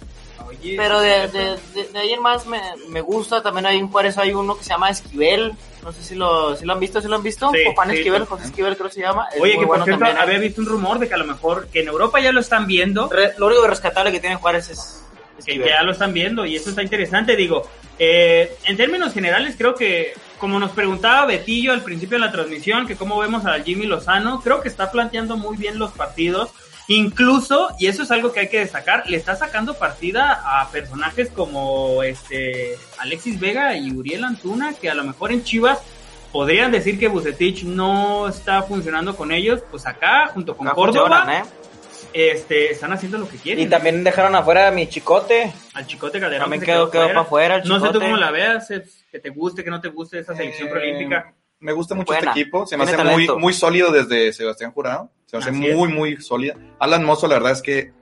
S1: Oye,
S3: Pero de, de, de- de ahí en más me, me gusta, también hay en Juárez hay uno que se llama Esquivel, no sé si lo, si lo han visto, si lo han visto,
S1: Sí,
S3: Juan
S1: sí,
S3: Esquivel,
S1: sí.
S3: José Esquivel creo que se llama. Es
S1: Oye,
S3: muy
S1: que por
S3: bueno
S1: cierto,
S3: también. ¿eh?
S1: había visto un rumor de que a lo mejor que en Europa ya lo están viendo.
S3: Lo único rescatable que tiene Juárez es
S1: que ya lo están viendo y eso está interesante. Digo, eh, en términos generales, creo que, como nos preguntaba Betillo al principio de la transmisión, que cómo vemos al Jimmy Lozano, creo que está planteando muy bien los partidos. Incluso, y eso es algo que hay que destacar, le está sacando partida a personajes como este Alexis Vega y Uriel Antuna, que a lo mejor en Chivas podrían decir que Bucetich no está funcionando con ellos. Pues acá, junto con
S3: Acá
S1: Córdoba,
S3: funcionan, ¿eh?
S1: este, están haciendo lo que quieren.
S3: Y también dejaron afuera a mi chicote.
S1: Al chicote Calderón.
S3: También
S1: que se
S3: quedó, quedó para afuera. el
S1: No sé tú
S3: Chicote. Eh,
S1: cómo la veas, eh, que te guste, que no te guste esa selección preolímpica.
S2: Eh, Me gusta mucho
S1: Buena.
S2: este equipo. Se me hace
S1: Tiene
S2: muy,
S1: talento.
S2: muy sólido desde Sebastián Jurado. Se me hace
S1: Así es.
S2: muy, muy sólida. Alan Mozo, la verdad es que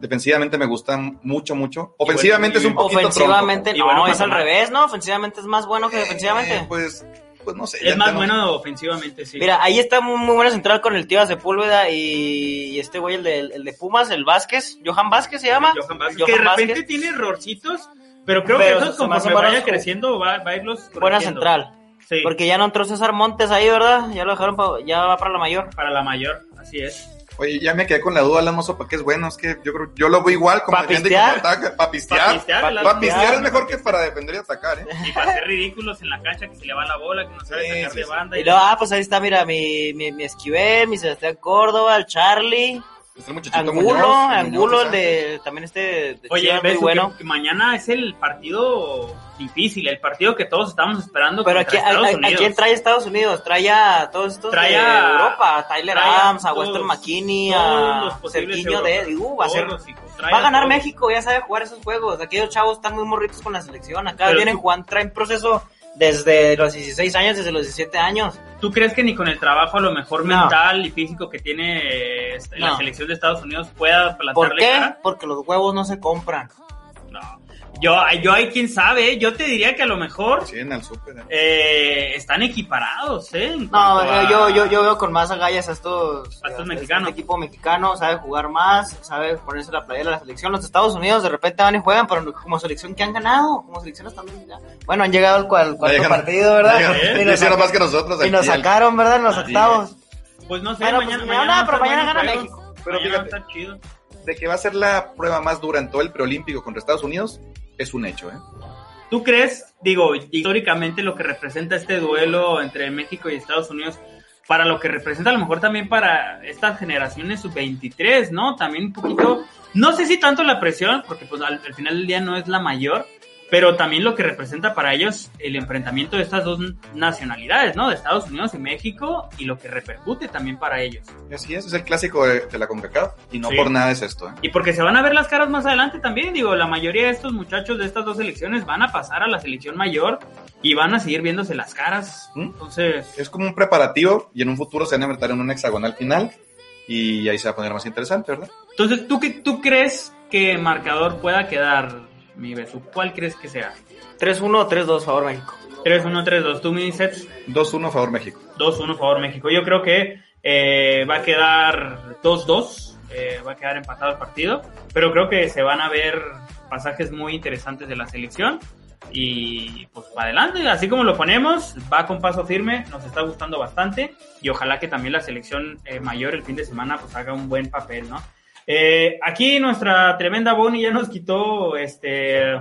S2: defensivamente me gusta mucho, mucho. Ofensivamente es un poquito tronco.
S3: Ofensivamente, no,
S1: pues,
S3: es al revés, ¿no? Ofensivamente es más bueno que defensivamente.
S2: pues, pues no sé.
S1: Es más bueno ofensivamente, sí.
S3: Mira, ahí está muy, muy buena central con el tío Sepúlveda y, y este güey, el de, el de Pumas, el Vázquez. Johan Vázquez se llama.
S1: Johan Vázquez,
S3: Johan
S1: que de repente
S3: Vázquez.
S1: tiene errorcitos, pero creo
S3: Pero
S1: que eso
S3: se me hace
S1: conforme vaya
S3: buenas-
S1: creciendo va, va a irlos
S3: Buena
S1: corrigiendo.
S3: central.
S1: Sí,
S3: Porque ya no entró César Montes ahí, ¿verdad? Ya lo dejaron, pa- ya va para la mayor.
S1: para la mayor, así es.
S2: Oye, ya me quedé con la duda, Alan Mozo, ¿para qué es bueno? Es que yo creo, yo lo veo igual como
S3: ¿Pa
S2: defender
S3: pistear?
S2: y como ataca. Para pistear.
S1: Pa'
S2: Para
S1: pistear,
S2: pistear,
S1: Alan.
S2: es mejor que para defender y atacar, ¿eh?
S1: Y para ser ridículos en la cancha, que se le va la bola, que no sabe sacar de banda.
S3: Y
S1: Y
S3: luego, ah, pues ahí está, mira, mi, mi, mi Esquivel, mi Sebastián Córdoba, el Charlie,
S2: Está el Este muchachito
S3: Angulo,
S2: Muñoz, el Muñoz,
S3: Angulo, el
S2: ¿sabes?
S3: de, también este de
S1: Oye,
S3: Chivas,
S1: ves
S3: muy bueno.
S1: que, que mañana es el partido difícil, el partido que todos estamos esperando.
S3: Pero aquí,
S1: contra
S3: a, a-
S1: Estados
S3: ¿a
S1: Unidos.
S3: quién trae Estados Unidos? Trae a todos estos
S1: Trae
S3: de
S1: a-
S3: Europa, a Tyler
S1: trae a
S3: Adams, a
S1: todos,
S3: Weston McKinney,
S1: todos los
S3: a
S1: posibles
S3: Cerquinho de...
S1: europeos,
S3: Uh, va a ser...
S1: todos, hijo, trae
S3: Va a ganar
S1: todos.
S3: México, ya sabe jugar esos juegos. Aquellos chavos están muy morritos con la selección. Acá
S1: Pero
S3: vienen
S1: tú-
S3: Juan, traen proceso desde los 16 años, desde los 17 años.
S1: ¿Tú crees que ni con el trabajo a lo mejor
S3: No.
S1: mental y físico que tiene eh, la
S3: No.
S1: selección de Estados Unidos pueda
S3: ¿Por
S1: plantarle
S3: qué?
S1: cara?
S3: Porque los huevos no se compran.
S1: Yo, yo ahí quién sabe, ¿eh? yo te diría que a lo mejor
S2: Sí, en el súper. ¿eh?
S1: eh, están equiparados, ¿eh? En
S3: No,
S1: cuanto a-
S3: yo, yo, yo veo con más agallas a estos,
S1: A estos
S3: a este
S1: mexicanos.
S3: equipo mexicano, sabe jugar más, sabe ponerse la playera de la selección. Los de Estados Unidos de repente van y juegan, pero como selección que han ganado, como selección están Bueno, han llegado al, cua- al cuarto
S2: llegaron.
S3: partido,
S2: Ya
S3: ¿verdad? Y
S2: llegaron.
S3: nos
S2: Hicieron
S3: saca-
S2: más que nosotros.
S3: y nos
S2: aquí, al-
S3: sacaron, ¿verdad? En los
S2: Así
S3: octavos.
S1: Pues no sé,
S3: Bueno,
S1: mañana,
S3: pues,
S1: mañana,
S3: no, pero
S1: van a
S3: mañana
S1: estar
S3: gana
S1: buenos juegos.
S2: Pero
S1: Mañana
S2: fíjate.
S1: va a estar chido.
S2: De que va a ser la prueba más dura en todo el preolímpico contra Estados Unidos, es un hecho, ¿eh?
S1: ¿Tú crees, digo, históricamente lo que representa este duelo entre México y Estados Unidos, para lo que representa a lo mejor también para estas generaciones sub-23, ¿no? También un poquito, no sé si tanto la presión, porque pues al, al final del día no es la mayor, pero también lo que representa para ellos el enfrentamiento de estas dos nacionalidades, ¿no? De Estados Unidos y México y lo que repercute también para ellos.
S2: Así es, es el clásico de, de la CONCACAF y no
S1: Sí.
S2: por nada es esto, ¿eh?
S1: Y porque se van a ver las caras más adelante también, digo, la mayoría de estos muchachos de estas dos selecciones van a pasar a la selección mayor y van a seguir viéndose las caras. Entonces,
S2: Es como un preparativo y en un futuro se van a enfrentar en un hexagonal final y ahí se va a poner más interesante, ¿verdad?
S1: entonces ¿tú, qué, ¿tú crees que marcador pueda quedar, mi beso? ¿Cuál crees que sea?
S3: 3-1 o 3-2 favor México.
S1: 3-1, 3-2. ¿Tú, mi sets?
S2: 2-1 a favor México.
S1: 2-1 favor México. Yo creo que eh, va a quedar 2-2, eh, va a quedar empatado el partido, pero creo que se van a ver pasajes muy interesantes de la selección y pues para adelante, así como lo ponemos, va con paso firme, nos está gustando bastante y ojalá que también la selección eh, mayor el fin de semana pues haga un buen papel, ¿no? Eh, aquí nuestra tremenda Bonnie ya nos quitó este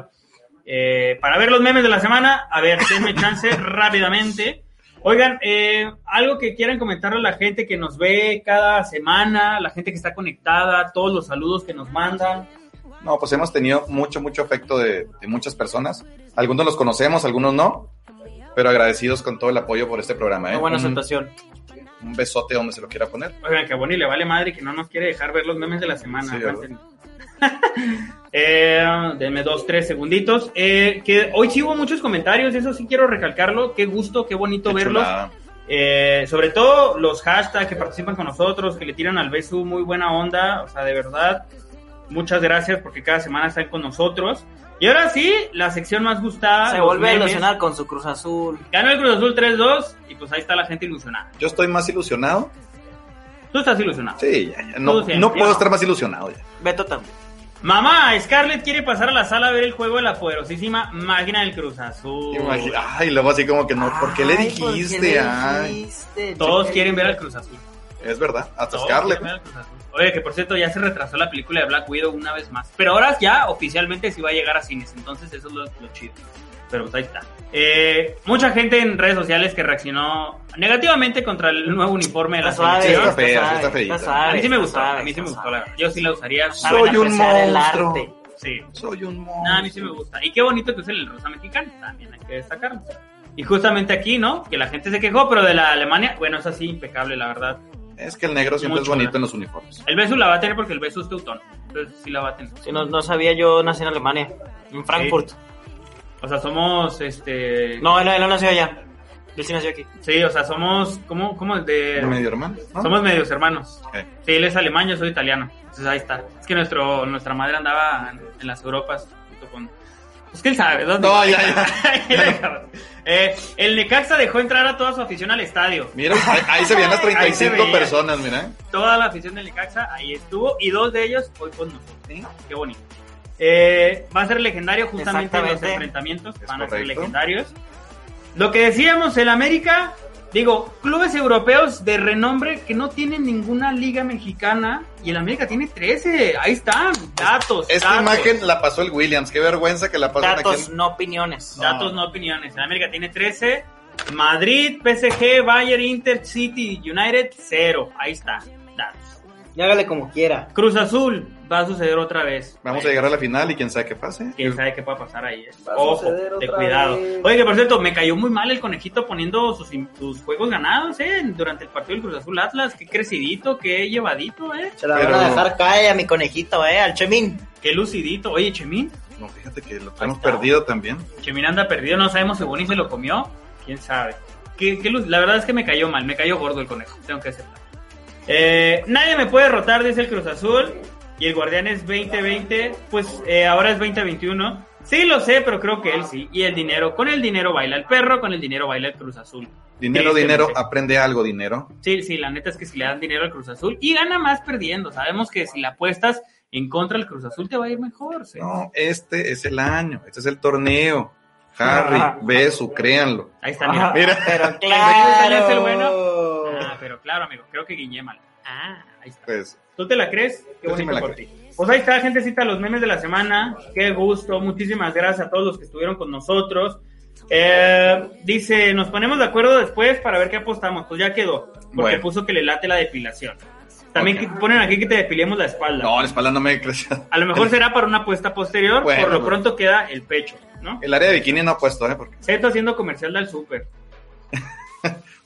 S1: eh, para ver los memes de la semana. A ver, denme chance rápidamente. Oigan, eh, algo que quieran comentarle a la gente que nos ve cada semana, la gente que está conectada, todos los saludos que nos mandan.
S2: No, pues hemos tenido mucho, mucho afecto de, de muchas personas. Algunos los conocemos, algunos no, pero agradecidos con todo el apoyo por este programa. ¿eh?
S1: Una buena
S2: Un-
S1: aceptación.
S2: Un besote donde se lo quiera poner.
S1: Oigan, que a Bonnie le vale madre que no nos quiere dejar ver los memes de la semana.
S2: Sí,
S1: aguanten. Eh, denme dos, tres segunditos. Eh, que hoy sí hubo muchos comentarios, eso sí quiero recalcarlo. Qué gusto, qué bonito
S2: Qué
S1: verlos.
S2: chulada.
S1: Eh, sobre todo los hashtags que participan con nosotros, que le tiran al Besu, muy buena onda. O sea, de verdad, muchas gracias porque cada semana están con nosotros. Y ahora sí, la sección más gustada.
S3: Se
S1: los
S3: vuelve a
S1: memes.
S3: ilusionar con su Cruz Azul.
S1: Ganó el Cruz Azul 3-2 y pues ahí está la gente ilusionada.
S2: Yo estoy más ilusionado.
S1: Tú estás ilusionado.
S2: Sí, ya, ya. No,
S1: Tú sí,
S2: no
S1: yo
S2: puedo
S1: no.
S2: estar más ilusionado ya.
S3: Beto también.
S1: Mamá, Scarlett quiere pasar a la sala a ver el juego de la poderosísima máquina del Cruz Azul.
S2: Imagi- Ay, luego así como que no, ¿por qué le
S1: Ay, ¿por qué
S2: dijiste?
S1: le
S2: Ay.
S1: Todos quieren ver al Cruz Azul.
S2: Es verdad, hasta
S1: Todos
S2: Scarlett.
S1: quieren ver al Cruz Azul. Oye, que por cierto ya se retrasó la película de Black Widow una vez más. Pero ahora ya oficialmente sí va a llegar a cines, entonces eso es lo, lo chido. Pero pues ahí está. Eh, mucha gente en redes sociales que reaccionó negativamente contra el nuevo uniforme de la
S3: Está suave,
S1: selección.
S3: está fea, sí está feíta. está suave,
S1: A mí sí me
S3: está
S1: gustó,
S3: suave,
S1: a mí sí me
S3: está
S1: gustó, la verdad. Yo sí la usaría. pues,
S3: Soy Saben un apreciar el monstruo. arte.
S1: Sí.
S2: Soy un monstruo.
S1: Nah, a mí sí me gusta. Y qué bonito que usen el rosa mexicano, también hay que destacarlo. Y justamente aquí, ¿no? Que la gente se quejó, pero de la Alemania, bueno, es así impecable, la verdad.
S2: Es que el negro siempre
S1: Mucho,
S2: es bonito
S1: ¿verdad?
S2: en los uniformes.
S1: El Besu la va a tener porque el Besu es teutón. Entonces sí la va a tener.
S3: Si no, no sabía yo nací en Alemania, en Frankfurt.
S1: O sea, somos, este...
S3: No, él, él no nació allá. Él sí nació aquí.
S1: Sí, o sea, somos, ¿cómo, cómo es de...?
S2: Medio hermano. ¿no?
S1: Somos medios hermanos.
S2: Eh.
S1: Sí, él es alemán, yo soy italiano. Entonces ahí está. Es que nuestro, nuestra madre andaba en, en las Europas junto con... Es que él sabe, ¿dónde?
S2: No, ya, ya.
S1: Eh, el Necaxa dejó entrar a toda su afición al estadio.
S2: Mira, ahí, ahí se veían las
S1: Ahí se
S2: 35
S1: veía.
S2: personas, mira.
S1: Toda la afición del Necaxa ahí estuvo y dos de ellos hoy con nosotros. Qué bonito. Eh, va a ser legendario justamente los
S3: Exactamente.
S1: enfrentamientos. Van a ser
S3: correcto.
S1: legendarios. Lo que decíamos, el América, digo, clubes europeos de renombre que no tienen ninguna liga mexicana y el América tiene 13. Ahí están, datos.
S2: Esta
S1: datos.
S2: imagen la pasó el Williams, qué vergüenza que la pasó
S1: Datos,
S2: aquí.
S3: No opiniones.
S1: Datos, no opiniones. El América tiene 13. Madrid, PSG, Bayern, Inter, City, United, cero. Ahí está. Datos.
S3: Y hágale como quiera.
S1: Cruz Azul va a suceder otra vez.
S2: Vamos a llegar a la final y quién sabe qué pase.
S1: Quién sabe qué pueda pasar ahí. eh.
S2: a
S1: Ojo,
S2: suceder
S1: de
S2: otra
S1: cuidado.
S2: vez.
S1: Oye, que por cierto, me cayó muy mal el conejito poniendo sus, sus juegos ganados, ¿eh? Durante el partido del Cruz Azul Atlas. Qué crecidito, qué llevadito, ¿eh?
S3: Se la van a dejar caer a mi conejito, eh, al Chemín.
S1: Qué lucidito. Oye, Chemín.
S2: No, fíjate que lo hemos perdido también.
S1: Chemín anda perdido. No sabemos si Boni se lo comió. Quién sabe. Qué- qué lu- La verdad es que me cayó mal. Me cayó gordo el conejo. Tengo que aceptar. Eh, nadie me puede derrotar, dice el Cruz Azul. Y el Guardianes 2020, pues eh, ahora es 2021. Sí, lo sé, pero creo que él sí. Y el dinero, con el dinero baila el perro, con el dinero baila el Cruz Azul.
S2: Dinero,
S1: Tristemente.
S2: dinero, aprende algo, dinero.
S1: Sí, sí, la neta es que si le dan dinero al Cruz Azul y gana más perdiendo. Sabemos que si la apuestas en contra del Cruz Azul te va a ir mejor. sí.
S2: No, este es el año, este es el torneo. Harry,
S1: Ah.
S2: Besu, créanlo.
S1: Ahí está, mira.
S3: Pero
S1: claro. es el bueno.
S3: claro.
S1: Ah, pero claro, amigo, creo que guiñé mal. Ah, ahí está.
S2: Pues,
S1: ¿Tú te la crees? Qué
S2: Yo sí
S1: bonito
S2: me la
S1: por ti. Pues ahí está, gentecita, los memes de la semana. Qué gusto, muchísimas gracias a todos los que estuvieron con nosotros. Eh, dice, nos ponemos de acuerdo después para ver qué apostamos. Pues ya quedó, porque
S2: Bueno.
S1: puso que le late la depilación. También que ponen aquí que te depilemos la espalda.
S2: no, la espalda no me crece.
S1: A lo mejor será para una apuesta posterior,
S2: Bueno,
S1: por lo
S2: bueno.
S1: pronto queda el pecho, ¿no?
S2: El área de bikini no ha puesto, ¿eh? Porque,
S1: Se está haciendo comercial del súper.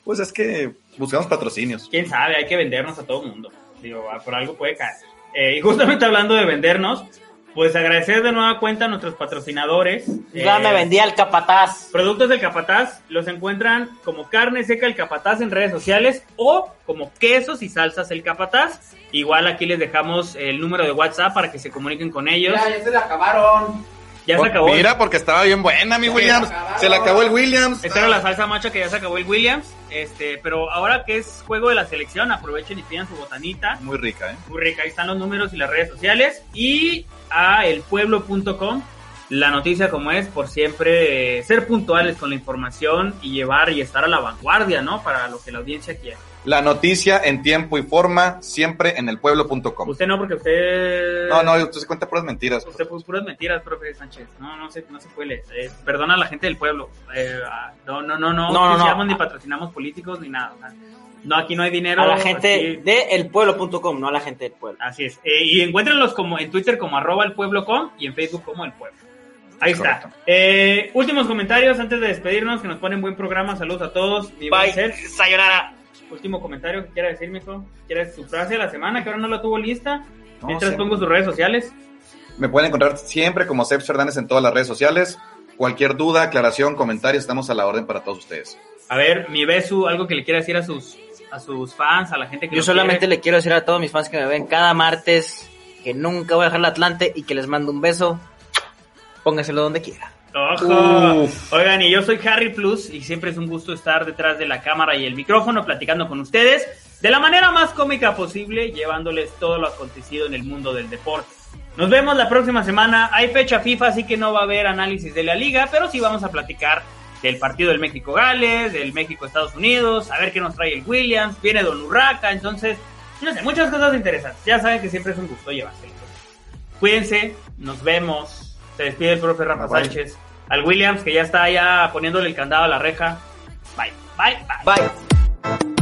S2: pues es que buscamos patrocinios.
S1: quién sabe, hay que vendernos a todo mundo. Digo, ah, por algo puede caer. Eh, y justamente hablando de vendernos, Pues agradecer de nueva cuenta a nuestros patrocinadores. Eh,
S3: Ya me vendía el capataz.
S1: Productos del capataz los encuentran como carne seca el capataz en redes sociales o como quesos y salsas el capataz. Igual aquí les dejamos el número de WhatsApp para que se comuniquen con ellos.
S24: Mira, ya se la acabaron.
S1: Ya
S2: Por-
S1: se acabó.
S2: Oh, Mira, porque estaba bien buena, mi Williams. Se la acabó el Williams.
S1: Esta era la salsa macha que ya se acabó el Williams. Este, pero ahora que es juego de la selección, aprovechen y pidan su botanita.
S2: Muy rica, ¿eh?
S1: Muy rica, ahí están los números y las redes sociales. Y a elpueblo.com, la noticia como es, por siempre eh, ser puntuales con la información y llevar y estar a la vanguardia, ¿no? Para lo que la audiencia quiera.
S2: La noticia en tiempo y forma, siempre en elpueblo.com.
S1: Usted no, porque usted...
S2: No, no, usted se cuenta puras mentiras. pues,
S1: Usted pu- puras mentiras, profe Sánchez. No, no se, no se puede. Eh, perdona a la gente del pueblo. Eh, ah, no, no, no, no.
S3: No, no, no.
S1: auspiciamos ni patrocinamos políticos ni nada. o sea, no, aquí no hay dinero.
S3: A la gente
S1: aquí-
S3: de elpueblo.com, no a la gente del pueblo.
S1: Así es. Eh, y encuéntrenlos como en Twitter como arroba el pueblo com y en Facebook como el pueblo. Ahí está. Eh, últimos comentarios antes de despedirnos, que nos ponen buen programa. Saludos a todos. Mi buen ser. Último comentario que quiera decir, mijo. ¿Quieres su frase de la semana, que ahora no la tuvo lista?
S2: No,
S1: Mientras
S2: siempre.
S1: pongo sus redes sociales.
S2: Me pueden encontrar siempre como Seb Fernández en todas las redes sociales. Cualquier duda, aclaración, comentario, estamos a la orden para todos ustedes.
S1: A ver, mi Besu, algo que le quiera decir a sus, a sus fans, a la gente que
S3: Yo
S1: los
S3: solamente
S1: quiere.
S3: le quiero decir a todos mis fans que me ven cada martes que nunca voy a dejar el Atlante y que les mando un beso. Póngaselo donde quiera.
S1: ¡Ojo! Oigan, y yo soy Harry Plus y siempre es un gusto estar detrás de la cámara y el micrófono platicando con ustedes de la manera más cómica posible, llevándoles todo lo acontecido en el mundo del deporte. Nos vemos la próxima semana. Hay fecha FIFA, así que no va a haber análisis de la liga, pero sí vamos a platicar del partido del México-Gales, del México-Estados Unidos, a ver qué nos trae el Williams, viene Don Urraca, entonces, no sé, muchas cosas interesantes. Ya saben que siempre es un gusto llevárselo. Cuídense, nos vemos. Se despide el profe Rafa
S24: Bye, bye.
S1: Sánchez. Al Williams, que ya está ya poniéndole el candado a la reja. Bye, bye, bye. Bye.